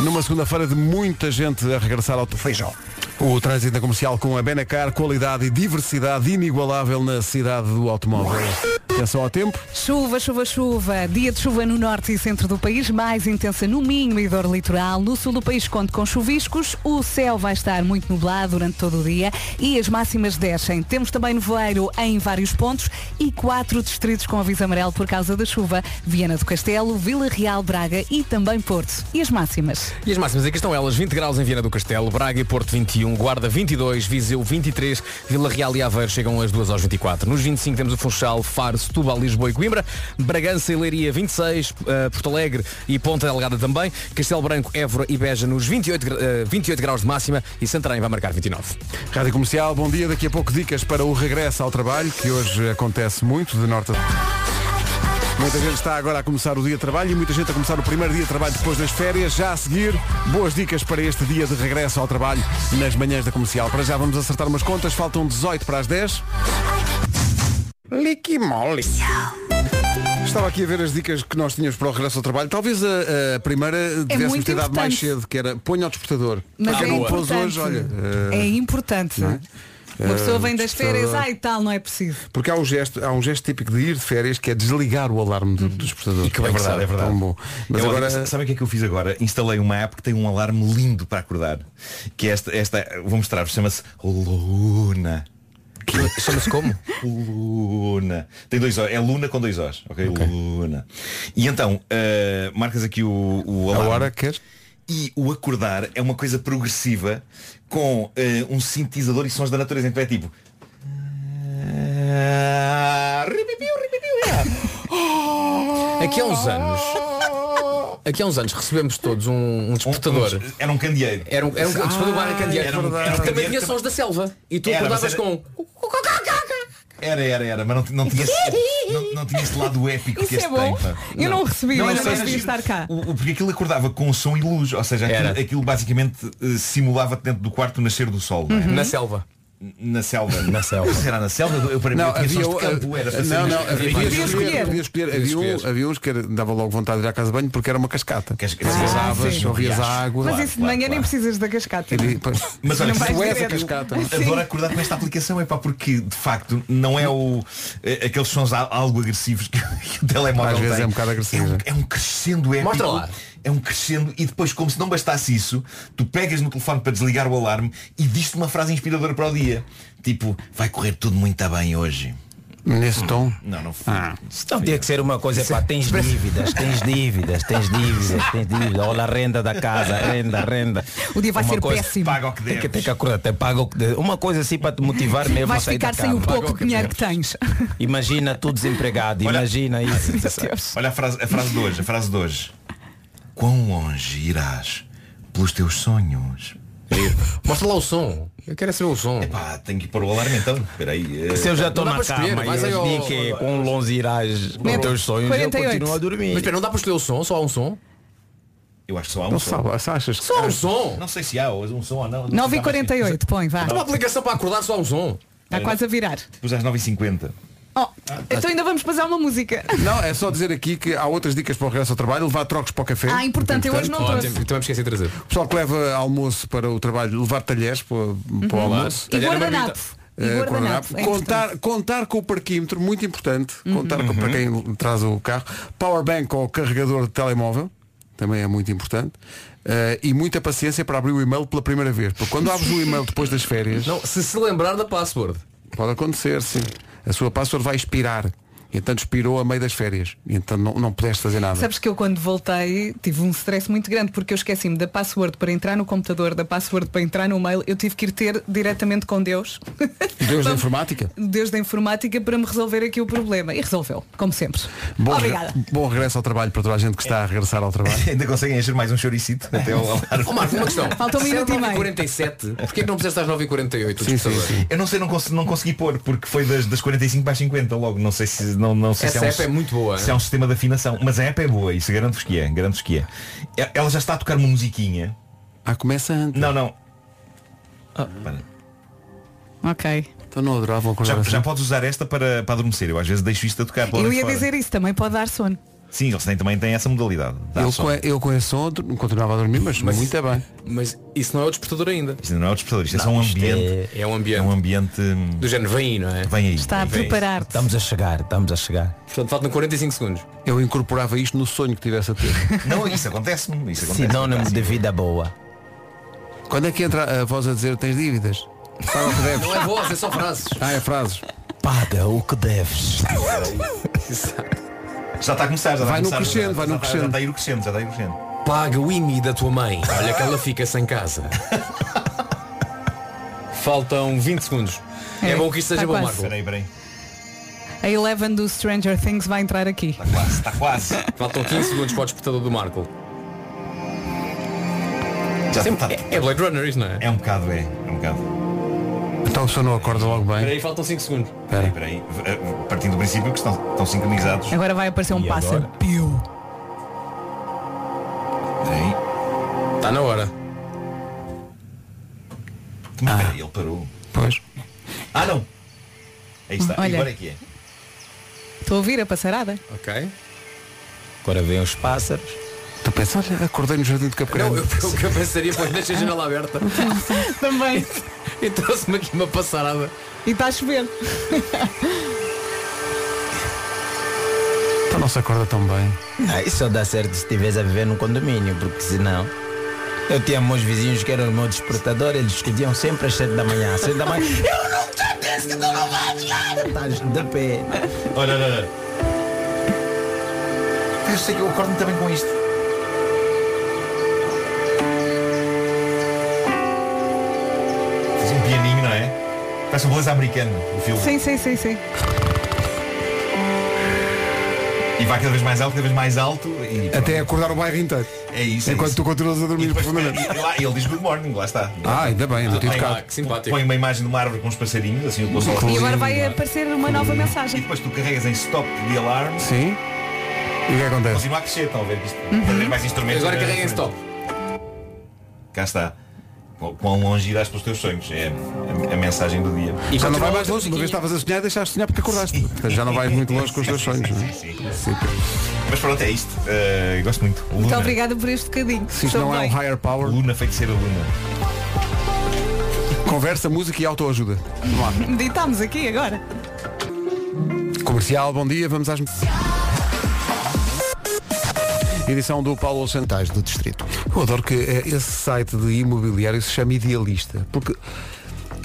B: Numa segunda-feira de muita gente a regressar ao feijão. O trânsito na comercial com a Benacar, qualidade e diversidade inigualável na cidade do automóvel. Atenção ao tempo.
D: Chuva, chuva, chuva. Dia de chuva no norte e centro do país, mais intensa no Minho e dor litoral. No sul do país conta com chuviscos. O céu vai estar muito nublado durante todo o dia e as máximas descem. Temos também nevoeiro em vários pontos e quatro distritos com aviso amarelo por causa da chuva. Viana do Castelo, Vila Real, Braga e também Porto. E as máximas?
A: E as máximas aqui estão elas, 20 graus em Viana do Castelo, Braga e Porto 21, Guarda 22, Viseu 23, Vila Real e Aveiro chegam às 2 aos 24. Nos 25 temos o Funchal, Faro, Setúbal, Lisboa e Coimbra, Bragança e Leiria 26, eh, Porto Alegre e Ponta Delgada também, Castelo Branco, Évora e Beja nos 28, gra- eh, 28 graus de máxima e Santarém vai marcar 29.
B: Rádio Comercial, bom dia. Daqui a pouco dicas para o regresso ao trabalho, que hoje acontece muito de norte a... Muita gente está agora a começar o dia de trabalho e muita gente a começar o primeiro dia de trabalho depois das férias. Já a seguir, boas dicas para este dia de regresso ao trabalho nas manhãs da comercial. Para já vamos acertar umas contas, faltam 18 para as 10. Liquimoli. Estava aqui a ver as dicas que nós tínhamos para o regresso ao trabalho. Talvez a, a primeira devêssemos
D: É muito
B: ter dado mais
D: importante.
B: cedo, que era ponha o despertador.
D: Mas
B: Porque
D: é
B: eu não pôs
D: importante.
B: hoje, olha. eh,
D: É importante. Uma
B: Eh,
D: pessoa vem das férias,
B: despertador.
D: ai tal, não é preciso.
B: Porque há um, gesto, há um gesto típico de ir de férias que é desligar o alarme do, do despertador.
J: É verdade, é verdade.
B: Tão bom. Mas
J: Eu,
B: agora.
J: olha, Sabem o que é que eu fiz agora? Instalei uma app que tem um alarme lindo para acordar. Que é esta, esta vou mostrar-vos, chama-se Luna.
A: Chama-se como?
J: Luna. Tem dois Os. É Luna com dois Os. Ok? Luna. E então, eh, marcas aqui o, o alarme.
B: hora queres?
J: E o acordar é uma coisa progressiva com eh, um sintetizador e sons da natureza. Então é tipo. "Ah, é." Um-
A: Aqui há uns anos. Aqui há uns anos recebemos todos um, um despertador.
J: Era um candeeiro.
A: Era um, era um
J: Ah,
A: despertador barra candeeiro. É
J: era um- era um
A: também
J: candeeiro
A: tinha
J: que-
A: sons da selva. E tu
J: Era,
A: acordavas
J: mas era-
A: com. um.
J: Era, era, era, mas não, não, tinha, esse- não, não tinha esse lado épico que
D: Isso
J: este
D: é bom?
J: tem. é pá.
D: Eu não o recebi, mas
J: era-
D: agora devia estar cá.
J: O- o- Porque aquilo acordava com um som e luz, ou seja, aquilo,
A: Era.
J: aquilo basicamente eh, simulava dentro do quarto o nascer do sol. não é?
A: Na selva.
J: Na selva. Na
A: selva.
J: Será na selva? Eu, para mim,
B: Não,
J: eu tinha
B: havia, eh,
J: sons de campo, era
B: não, não, havia, havia-
J: passarinhos.
B: havia escolher. Havia, um- havia uns que era- dava logo vontade de ir à casa de banho porque era uma cascata.
J: é
B: Cascavas,
D: sim.
B: ouvias a água.
D: Mas isso de manhã nem precisas da cascata.
J: Mas olha,
D: Não vais
J: tu és
D: direto.
J: a cascata.
O: é?
D: Sim.
J: Adoro acordar com esta aplicação, é pá, porque de facto não é o é, aqueles sons a- algo agressivos que o telemóvel
B: Às vezes
J: tem.
B: é um bocado agressivo.
J: É um, é um crescendo épico.
B: Mostra lá.
J: É um crescendo e depois, como se não bastasse isso, tu pegas no telefone para desligar o alarme e diz-te uma frase inspiradora para o dia. Tipo, vai correr tudo muito bem hoje.
B: Nesse tom?
J: Não, não
B: foi.
O: Não tinha que ser uma coisa, pá, tens dívidas, tens dívidas, tens dívidas, tens dívidas. Olha a renda da casa, renda, renda.
D: O dia vai
O: Uma
D: ser
O: coisa-
D: péssimo.
J: Paga o que
O: Tem que ter que acordar, até paga o que deves. Uma coisa assim para te motivar mesmo a
D: Vais
O: sair
D: ficar
O: da cama.
D: sem o
O: Paga
D: pouco
O: que
D: dinheiro que
O: deves.
D: tens.
O: Imagina tu desempregado, imagina isso.
J: Olha a frase, a frase de hoje, a frase de hoje. Quão longe irás pelos teus sonhos?
A: Mostra lá o som. Eu quero é saber o som.
J: Epá, tenho que pôr o alarme então. Peraí. eh,
O: Se eu já estou
J: não dá
O: na
J: para escolher,
O: cama
J: mas
O: e
J: aí,
O: eu
J: ó,
O: digo que com longe irás
J: Mete
O: os teus sonhos, eu
J: 48.
O: continuo a dormir.
J: Mas espera, não dá
A: para escolher o som? Só há um som?
J: Eu acho que só há um
B: Não
J: som.
B: sabe, achas que-
A: Só há um som?
J: Não sei se há ou- um som ou não.
D: 9 e 48 põe, vá.
J: Há uma aplicação
A: para acordar só um som.
D: Está quase a virar.
J: Depois às 9h50.
O: Ah,
D: Oh, então ainda vamos passar uma música.
B: Não, é só dizer aqui que há outras dicas para o regresso ao trabalho, levar trocos para o café.
D: Ah, importante, eu hoje não trouxe. Ótimo,
A: Também me esqueci de trazer.
B: O pessoal que leva almoço para o trabalho, levar talheres para, para o
A: Uhum.
B: almoço.
A: E Talher é uma guardanapo.
D: E
B: Eh,
D: guardanapo,
B: guardanapo.
D: é Uhum.
B: contar, contar com o parquímetro, muito importante. Contar com, para
A: Uhum.
B: quem traz o carro. Powerbank ou carregador de telemóvel, também é muito importante. Eh, e muita paciência para abrir o e-mail pela primeira vez. Porque quando abres o e-mail depois das férias.
A: Não, se se lembrar da password.
B: Pode acontecer, sim. A sua password vai expirar. E então expirou a meio das férias. E então não, não pudeste fazer nada.
D: Sabes que eu quando voltei tive um stress muito grande porque eu esqueci-me da password para entrar no computador, da password para entrar no mail. Eu tive que ir ter diretamente com Deus,
B: Deus da informática.
D: Deus da informática, para me resolver aqui o problema. E resolveu, como sempre.
B: Bom,
D: Obrigada.
B: reg- bom regresso ao trabalho para toda a gente que está a regressar ao trabalho.
J: Ainda conseguem encher mais um choricito até ao alarme.
A: Ó Marco, uma questão.
D: Falta um
A: Se
D: minuto
A: era
D: e meio.
A: 9h47, porquê é que não puseste às 9h48 o despertador?
J: Eu não sei, não, cons não consegui pôr, porque foi das, das 45 para as 50 logo. Não sei se não, não sei
A: Essa
J: se é um,
A: app é muito boa,
J: Se
A: hein?
J: é um sistema de afinação. Mas a app é boa, isso garanto-vos que é. Garanto que é. E- Ela já está a tocar uma musiquinha.
B: Ah, começa antes.
J: Não, não. Para.
D: Ok.
B: Então não adoravam
J: Já, já podes usar esta para, para adormecer. Eu às vezes deixo isto a tocar pela
D: Eu
J: noite
D: ia
J: fora.
D: dizer isso, também pode dar sono.
J: Sim, eles têm, também têm essa modalidade. Dá
B: Eu
J: só.
B: com, eu com esse som dur- continuava a dormir, mas, muito bem.
O: um
A: Mas isso não é o despertador ainda.
J: Isto não é o despertador, isto é só um
A: Não, isto
J: ambiente.
A: É um ambiente.
J: É um ambiente. Do
A: género, vem aí, não é?
J: Vem aí.
D: Está a
J: vem aí.
D: preparar-te.
O: Estamos a chegar, estamos a chegar.
A: Portanto, faltam 45 segundos.
B: Eu incorporava isto no sonho que tivesse a ter.
J: Não, isso acontece-me. Isso acontece
O: Sinónimo de vida boa.
B: Quando é que entra a voz a dizer tens dívidas? Paga o que deves.
A: Não é voz, é só frases.
B: Ah, é frases.
O: Paga o que deves.
J: Já está a começar, já está a
B: Vai no
J: começar,
B: crescendo,
J: já-
B: vai
J: já
B: no
J: está-
B: crescendo.
J: Já está a ir o crescendo, já está a ir o crescendo.
A: Paga o IMI da tua mãe. Olha que ela fica sem casa. Faltam 20 segundos. É,
D: É,
A: bom que isto seja
D: tá
A: bom,
D: quase.
A: Marco.
J: Peraí, peraí.
D: A Eleven do Stranger Things vai entrar aqui.
J: Quase, está quase.
A: Faltam 15 segundos para o despertador do Marco.
J: Já
A: Sempre-
J: está.
A: É Blade Runner, isso não é?
J: É um bocado, é. É um bocado.
B: Então o som não acorda logo bem.
A: Peraí, faltam 5 segundos.
J: Peraí, peraí. V- eh, Partindo do princípio que estão, estão sincronizados.
D: Agora vai aparecer um
J: E
D: pássaro.
J: agora?
D: Piu.
J: Peraí.
A: Está Tá na hora.
J: Mas
O: Ah.
J: peraí, ele parou.
B: Pois.
J: Ah não! Aí está.
D: Olha.
J: Agora é que é.
D: Estou a ouvir a passarada?
A: Ok.
O: Agora vêm os pássaros.
B: Tu pensas, Então olha, acordei no jardim de Campo
A: Não,
B: Grande.
A: eu, eu que eu pensaria, pois deixa a janela aberta.
D: Também.
A: E trouxe-me aqui uma passarada.
D: E está a chover.
B: Então não se acorda tão bem.
O: Ah, isso só dá certo se estivesse a viver num condomínio, porque senão. Eu tinha meus vizinhos que eram o meu despertador, eles escolhiam sempre às 7 da manhã. Às 7 da manhã. Eu não te disse que tu não vais chegar! Estás de pé.
J: Olha, olha, olha. Eu sei que eu acordo-me também com isto. Fiz um pianinho, não é? Parece um beleza americano, o filme.
D: Sim, sim, sim, sim.
J: E vai cada vez mais alto, cada vez mais alto. E pronto.
B: Até acordar o bairro inteiro.
J: É isso. é
B: Enquanto
J: isso.
B: tu continuas a
J: E
B: dormir
J: depois-
B: profundamente.
J: e lá, ele diz good morning, lá está.
B: Ah, ainda bem, ainda tive
J: Põe-
B: cá.
J: Põe uma imagem de uma árvore com uns passarinhos, assim, o sol.
D: E agora vai aparecer uma nova
J: E
D: mensagem.
J: depois tu carregas em stop de alarme.
B: Sim. E o que acontece?
J: Continua a crescer, estão a ver? que Isto, cada
B: Uhum.
J: vez mais instrumentos.
A: Agora
J: na-
A: carrega em
J: na-
A: stop.
J: Cá está. Qu- Quão longe irás pelos teus sonhos? É a, a mensagem do dia.
A: E
B: Já não vai mais
A: continua outra
B: longe, uma vez
A: musiquinha.
B: estavas a sonhar e deixaste de sonhar porque acordaste. Portanto, Já não vais muito longe com os teus sonhos. não é? Sim.
J: Mas pronto, é isto. Eh, gosto muito. Luna.
D: Muito obrigada por este bocadinho.
B: Se isto não é um
D: Também.
B: higher power,
J: Luna, feiticeira Luna.
B: conversa, música e autoajuda. Vamos lá.
D: Meditámos aqui agora.
B: Comercial, bom dia, vamos às notícias. Edição do Paulo Santais do Distrito. Eu adoro que eh, esse site de imobiliário se chama Idealista, porque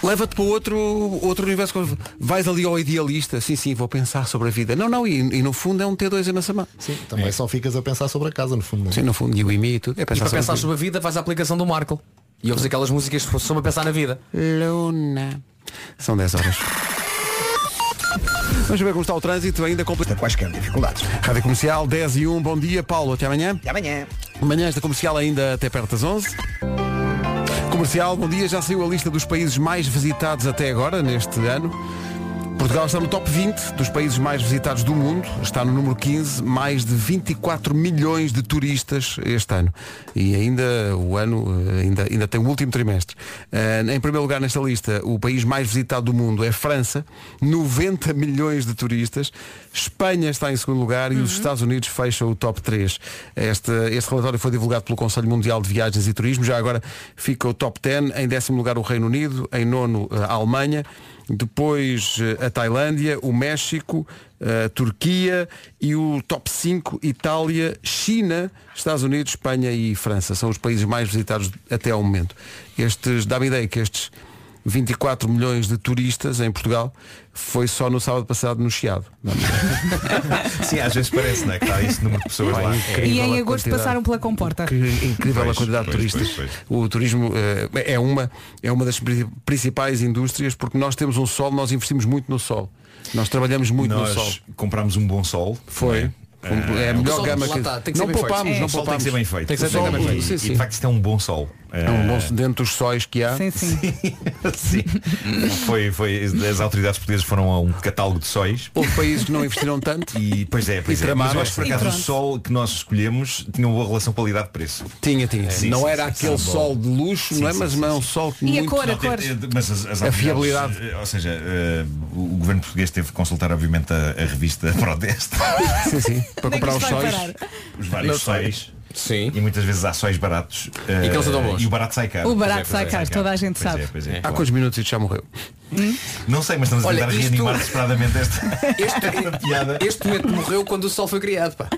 B: Leva-te para outro, outro universo. Vais ali ao idealista, sim, sim, vou pensar sobre a vida. Não, não, e, e no fundo é um T2 em Massamá.
N: Sim, também só ficas a pensar sobre a casa, no fundo.
B: Sim, no fundo, e o IMI e tudo. É
A: E para pensar sobre a vida, faz a aplicação do Marco. E ouves aquelas músicas que sobre a pensar na vida.
B: Luna. São 10 horas. Vamos ver como está o trânsito ainda complicado.
C: Quaisquer dificuldades.
B: Rádio Comercial 10 e 1, bom dia Paulo, até amanhã. Até
C: amanhã.
B: Amanhã esta comercial ainda até perto das 11. Comercial, bom dia, já saiu a lista dos países mais visitados até agora, neste ano. Portugal está no top 20 dos países mais visitados do mundo, está no número 15, mais de 24 milhões de turistas este ano. E ainda o ano, eh, ainda, ainda tem o último trimestre. Eh, em primeiro lugar nesta lista, o país mais visitado do mundo é França, 90 milhões de turistas. Espanha está em segundo lugar e os Estados Unidos fecham o top 3. Este, este relatório foi divulgado pelo Conselho Mundial de Viagens e Turismo. Já agora fica o top 10. Em décimo lugar o Reino Unido, em nono a Alemanha, depois eh, a Tailândia, o México, eh, a Turquia e o top 5 Itália, China, Estados Unidos, Espanha e França. São os países mais visitados até ao momento. Estes, dá-me ideia que estes 24 milhões de turistas em Portugal foi só no sábado passado no Chiado.
J: Sim, às vezes parece, não é? Que está esse número de pessoas
B: Pá,
J: lá.
B: incrível
D: E em
B: a
D: agosto
B: quantidade.
D: passaram pela comporta.
B: Que incrível a
J: Pois,
B: quantidade de
J: pois,
B: turistas.
J: pois,
B: O turismo eh, é, uma, é uma das pri- principais indústrias porque nós temos um sol, nós investimos muito no sol. Nós trabalhamos muito
J: Nós
B: no sol.
J: comprámos um bom sol.
B: Foi. Um- é a melhor gama que- não poupámos, não
J: o sol É. tem que
B: poupámos.
J: ser bem feito.
B: Tem que ser
J: O sol-
B: bem feito.
J: e-
B: Sim,
J: E
B: sim.
J: de facto isto é um bom sol.
B: É um bom dentro dos sóis que há.
D: Sim, sim.
J: Sim. foi, foi, as autoridades portuguesas foram a um catálogo de sóis.
B: Houve países que não investiram tanto.
J: E, pois é,
B: E
J: pois é. Mas eu
B: tramaram.
J: acho que por
B: E
J: acaso o
B: pronto.
J: sol que nós escolhemos tinha uma boa relação qualidade-preço.
B: Tinha, tinha.
J: Sim,
B: É, não
J: sim,
B: era
J: sim,
B: aquele
J: sim, bom.
B: sol de luxo, não é? mas é um sol que muito...
J: Mas as, as
B: A
J: autoridades,
B: fiabilidade.
J: eh, Ou seja, eh, o o governo português teve que consultar, obviamente, a, a revista Prodeste.
B: Sim, sim. Para
J: Onde é que
B: comprar
J: isto
B: os
J: vai
B: sóis.
J: parar? Os vários
B: Não sei.
J: sóis. Sim. E muitas vezes há sóis baratos. eh,
B: que eles andam bons.
J: E o barato sai caro.
D: O
J: Pois é,
D: barato
J: pois
D: sai
J: é,
D: caro, toda a gente
J: Pois
D: sabe.
J: é, pois é,
B: Há
J: claro.
B: quantos minutos isto já morreu?
J: Não sei, mas estamos a
A: Olha,
J: tentar
A: isto-
J: reanimar desesperadamente esta.
A: Este, este momento morreu quando o sol foi criado, pá.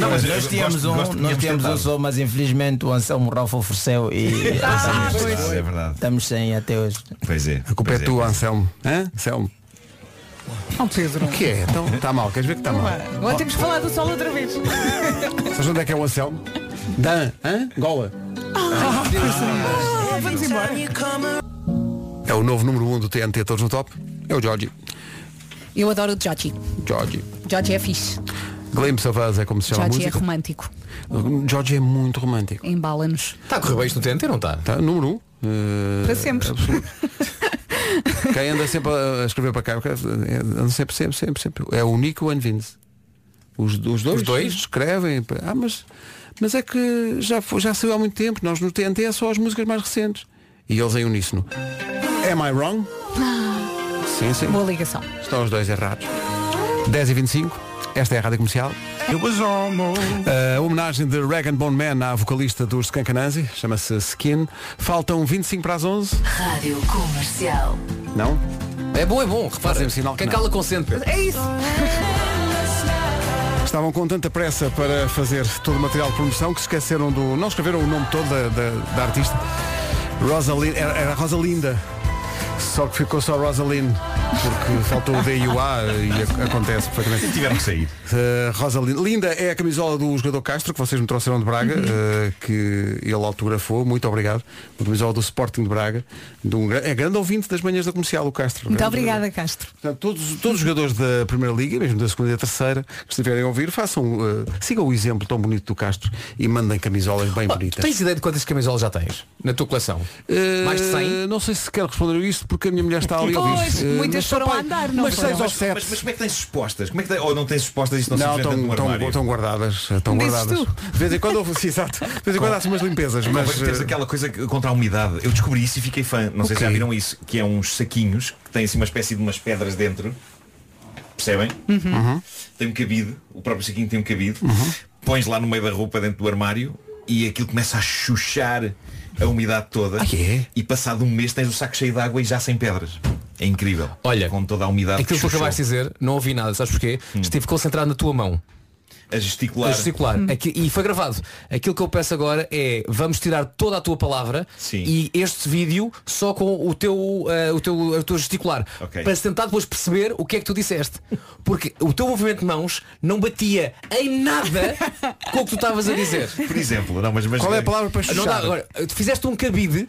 J: Não, mas
O: nós
J: eu
O: tínhamos
J: gosto-
O: um,
J: gosto que
O: nós
J: tínhamos
O: tínhamos um
J: tentado.
O: só, mas infelizmente o Anselmo Ralph ofereceu e
J: Ah,
O: estamos-
J: pois. É verdade.
O: estamos sem até hoje.
J: Pois é.
B: A culpa é tua, Anselmo. Hã? Anselmo.
D: Não, Pedro.
B: O que é? Então está mal, queres ver que está mal?
D: Agora temos que falar do sol outra vez.
B: Sabes onde é que é o Anselmo? Dan, hã? Ah, Gola.
D: Ah, é. Vamos embora.
B: É o novo número 1 um do TNT Todos no Top. É o Georgie.
P: Eu adoro o Joji.
B: Georgie.
P: Joji é fixe.
B: Glimpse of Us é como se chama
P: Joji é
B: a música.
P: romântico.
B: Georgie é muito romântico.
P: Embala-nos.
A: Está a correr bem isto no TNT, não está?
B: Tá, número 1. Um. Eh,
J: É,
P: Para sempre.
B: absoluto. Quem anda sempre a a escrever para cá, eh, anda sempre, sempre, sempre, sempre. É o Nico e o Anvins. Os, os dois,
A: Os dois?
B: escrevem. pá. Ah, mas, mas é que já, foi- já saiu há muito tempo. Nós no TNT é só as músicas mais recentes. E eles em uníssono. Am I wrong? Sim, sim.
P: Boa ligação.
B: Estão os dois errados. 10 e 25 esta é a Rádio Comercial. A homenagem de Rag and Bone Man à vocalista dos Skankanansi, chama-se Skin. Faltam 25 para as 11.
Q: Rádio Comercial.
B: Não?
A: É bom, é bom. Repara.
B: Fazem-me sinal que
A: Quem
B: não.
A: cala consente, Pedro.
D: É isso.
B: Estavam com tanta pressa para fazer todo o material de promoção que se esqueceram do. Não escreveram o nome todo da, da- da artista. Rosaline, era, era Rosalinda. Só que ficou só Rosaline, porque faltou o D e o A e ac- acontece perfeitamente.
J: Tiveram que sair.
B: Uh, Rosalinda. Linda é a camisola do jogador Castro, que vocês me trouxeram de Braga,
J: Uhum.
B: uh, que ele autografou, muito obrigado. Uma camisola do Sporting de Braga. De um, gra- é grande ouvinte das manhãs da comercial, o Castro.
D: Muito
B: Grande-
D: obrigada, Castro.
B: Portanto, todos, todos os jogadores da Primeira Liga, mesmo da Segunda e da Terceira, que estiverem a ouvir, façam, uh, sigam o exemplo tão bonito do Castro e mandem camisolas bem
D: Oh,
B: bonitas.
A: Tens ideia de quantas camisolas já tens na tua coleção?
B: Uh,
A: Mais de 100?
B: Não sei se quero responder a isto porque a minha mulher está ali a ouvir.
D: Pois,
B: Uh,
D: muitas
B: mas só
D: foram a
B: pai,
D: andar, não
B: Mas
D: foram.
B: 6 ou
D: Mas-
B: 7.
J: Mas, mas como é que tens expostas? Como é que tens- Ou não tens expostas isto não,
B: Não,
J: se enfrenta no um armário?
B: estão guardadas. Estão
J: Dizes
B: guardadas. De vez em quando houve, sim, exato. De vez em quando há assim umas limpezas,
J: Mas
B: mas.
J: temos
B: eh,
J: aquela coisa que- contra a umidade. Eu descobri isso e fiquei fã. Não sei se
B: Ok.
J: já viram isso, que é uns saquinhos que têm assim uma espécie de umas pedras dentro. Percebem?
B: Uhum.
J: Tem um cabide, o próprio saquinho tem um cabide. Pões lá no meio da roupa dentro do armário e aquilo começa a chuchar a umidade toda. E passado um mês tens o saco cheio de água e já sem pedras. É incrível. Olha, com toda a umidade
A: Aquilo que tu
J: chuchou.
A: acabaste de dizer, não ouvi nada, sabes porquê? Estive concentrado na tua mão.
J: A gesticular.
A: A gesticular. Aqui- e foi gravado. Aquilo que eu peço agora é vamos tirar toda a tua palavra e este vídeo só com o teu, eh, o teu, a tua gesticular.
J: Ok.
A: Para se tentar depois perceber o que é que tu disseste. Porque o teu movimento de mãos não batia em nada com o que tu estavas a dizer.
J: Por exemplo, não, mas, mas
A: Qual é a palavra para
J: Não dá
A: chuchar?
J: agora.
A: Tu fizeste um cabide.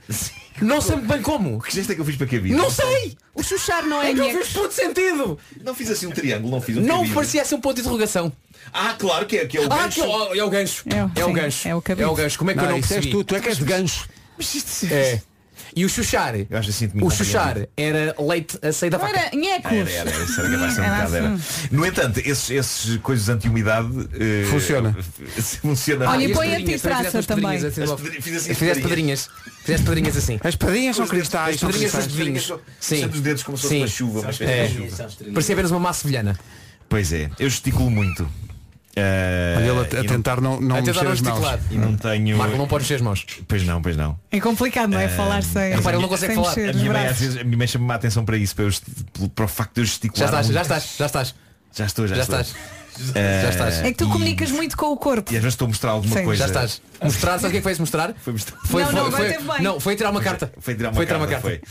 A: Não sei muito bem como.
J: Que gesto é que eu fiz para cabide?
A: Não sei!
P: O chuchar não
A: é
J: minha.
A: Não fez todo sentido!
J: Não fiz assim um triângulo, não fiz um
A: Não
J: cabide.
A: parecia assim um ponto de interrogação.
J: Ah, claro que é, que é o
A: Ah, que
J: gancho.
A: é o- é o gancho. É o gancho. É o cabide. É o gancho. Como é que eu não
B: isso és
A: percebi?
B: tu, tu é que és de gancho.
A: É. E o chuchar?
J: assim
A: o chuchar era leite a sair da vaca.
G: Era nheco.
J: Era, era, isso era capaz de ser
A: É
J: um
G: Era
J: bocado, É era.
G: assim.
J: No entanto, esses, esses coisas anti-umidade eh,
B: Funciona.
A: Ah,
J: Funciona.
G: Olha, e
J: As
G: põe a
J: pedrinhas,
G: titraça
J: fizeste as
G: também.
J: pedrinhas,
G: As
J: assim,
G: pedri-
J: fiz assim as
A: Fizeste pedrinhas. Fizeste pedrinhas assim.
B: As pedrinhas são cristais,
A: As pedrinhas são dedos. Sim.
J: Os dedos como se fosse
A: Sim.
J: uma chuva. uma espécie
A: É.
J: de chuva.
A: Parecia apenas uma massa sevilhana.
J: Pois é, eu gesticulo muito. Eh,
B: Olha, ele a- a
J: e
B: tentar não-
A: Ah,
B: não A
A: então
B: tentar mexer não as mãos.
A: gesticular.
J: E não tenho.
A: um Marco, não podes mexer as mãos.
J: Pois não, pois não.
G: É complicado, não é?
J: Eh,
G: Falar sem.
J: repara, ele não
G: sem
J: consegue falar.
A: É
G: mexer
J: A
G: os
J: minha é assim. mãe, às
G: braços.
J: vezes, a minha mãe chama-me a atenção para isso, para, eu, gesti- pelo- para o facto de eu
A: Já
J: gesticular.
A: estás, já
J: muito.
A: estás, já estás.
J: Já estou, já,
A: Já
J: estou.
A: estás.
J: Eh,
A: Já estás.
G: É que tu
J: e-
G: comunicas muito com o corpo.
J: E às vezes estou a mostrar alguma
G: Sim.
J: coisa.
A: Já estás. Mostrar, sabes o que é que foi mostrar?
J: Foi mostrar.
A: Foi,
G: Não, não,
A: foi-
G: agora
A: foi-
G: teve bem.
A: não, foi tirar uma carta.
J: Foi tirar uma
A: Foi tirar
J: carta.
A: uma
J: foi.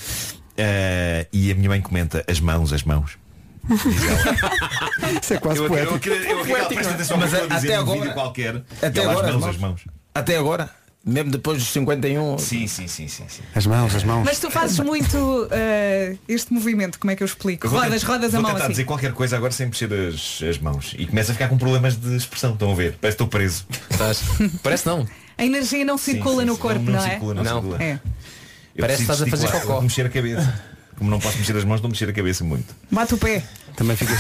J: Eh, e a minha mãe comenta as mãos, as mãos.
B: Isso é quase
J: eu,
B: poético.
J: eu, eu, eu, eu, eu presta atenção
O: Mas
J: mas
O: a- até
J: até agora,
O: agora-
J: um vídeo qualquer.
O: até
J: E ela,
O: agora,
J: as mãos,
O: as
J: as mãos.
O: Até agora, mesmo depois dos 51.
J: Sim, sim, sim, sim. sim.
B: As mãos, as mãos.
G: Mas tu fazes muito eh, este movimento, como é que eu explico?
J: Eu vou
G: rodas,
J: tentar-
G: rodas a
J: vou
G: mão
J: tentar
G: assim.
J: dizer qualquer coisa agora sem mexer as, as mãos. E começa a ficar com problemas de expressão, estão a ver? Parece que estou preso.
A: Estás. Parece não.
G: A energia não circula
J: sim,
G: no
J: sim,
G: corpo,
J: não-
G: não,
J: não
G: é?
J: circula, não circula.
G: É.
J: Eu
A: Parece que
J: preciso
A: estás a fazer
J: gesticular,
A: cocó.
J: eu vou Mexer a cabeça. Como não posso mexer as mãos, não mexer a cabeça muito.
G: Bate o pé.
B: Também fica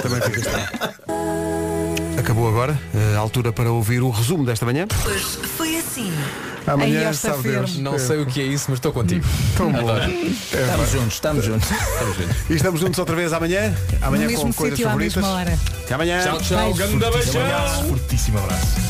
B: Também fica Acabou agora. eh, A altura para ouvir o resumo desta manhã.
Q: Hoje foi assim.
B: Amanhã sabe Deus.
A: Não sei o que é isso, mas estou contigo.
B: Tão bom.
A: Adoro.
O: Estamos juntos, estamos juntos.
B: E estamos juntos outra vez amanhã. Amanhã
G: No
B: com
G: mesmo
B: coisas
G: sítio, à
B: favoritas.
G: mesma hora.
B: Até amanhã.
G: Tchau, tchau. Beijo. Grande
J: Fortíssimo abraço. Fortíssimo abraço.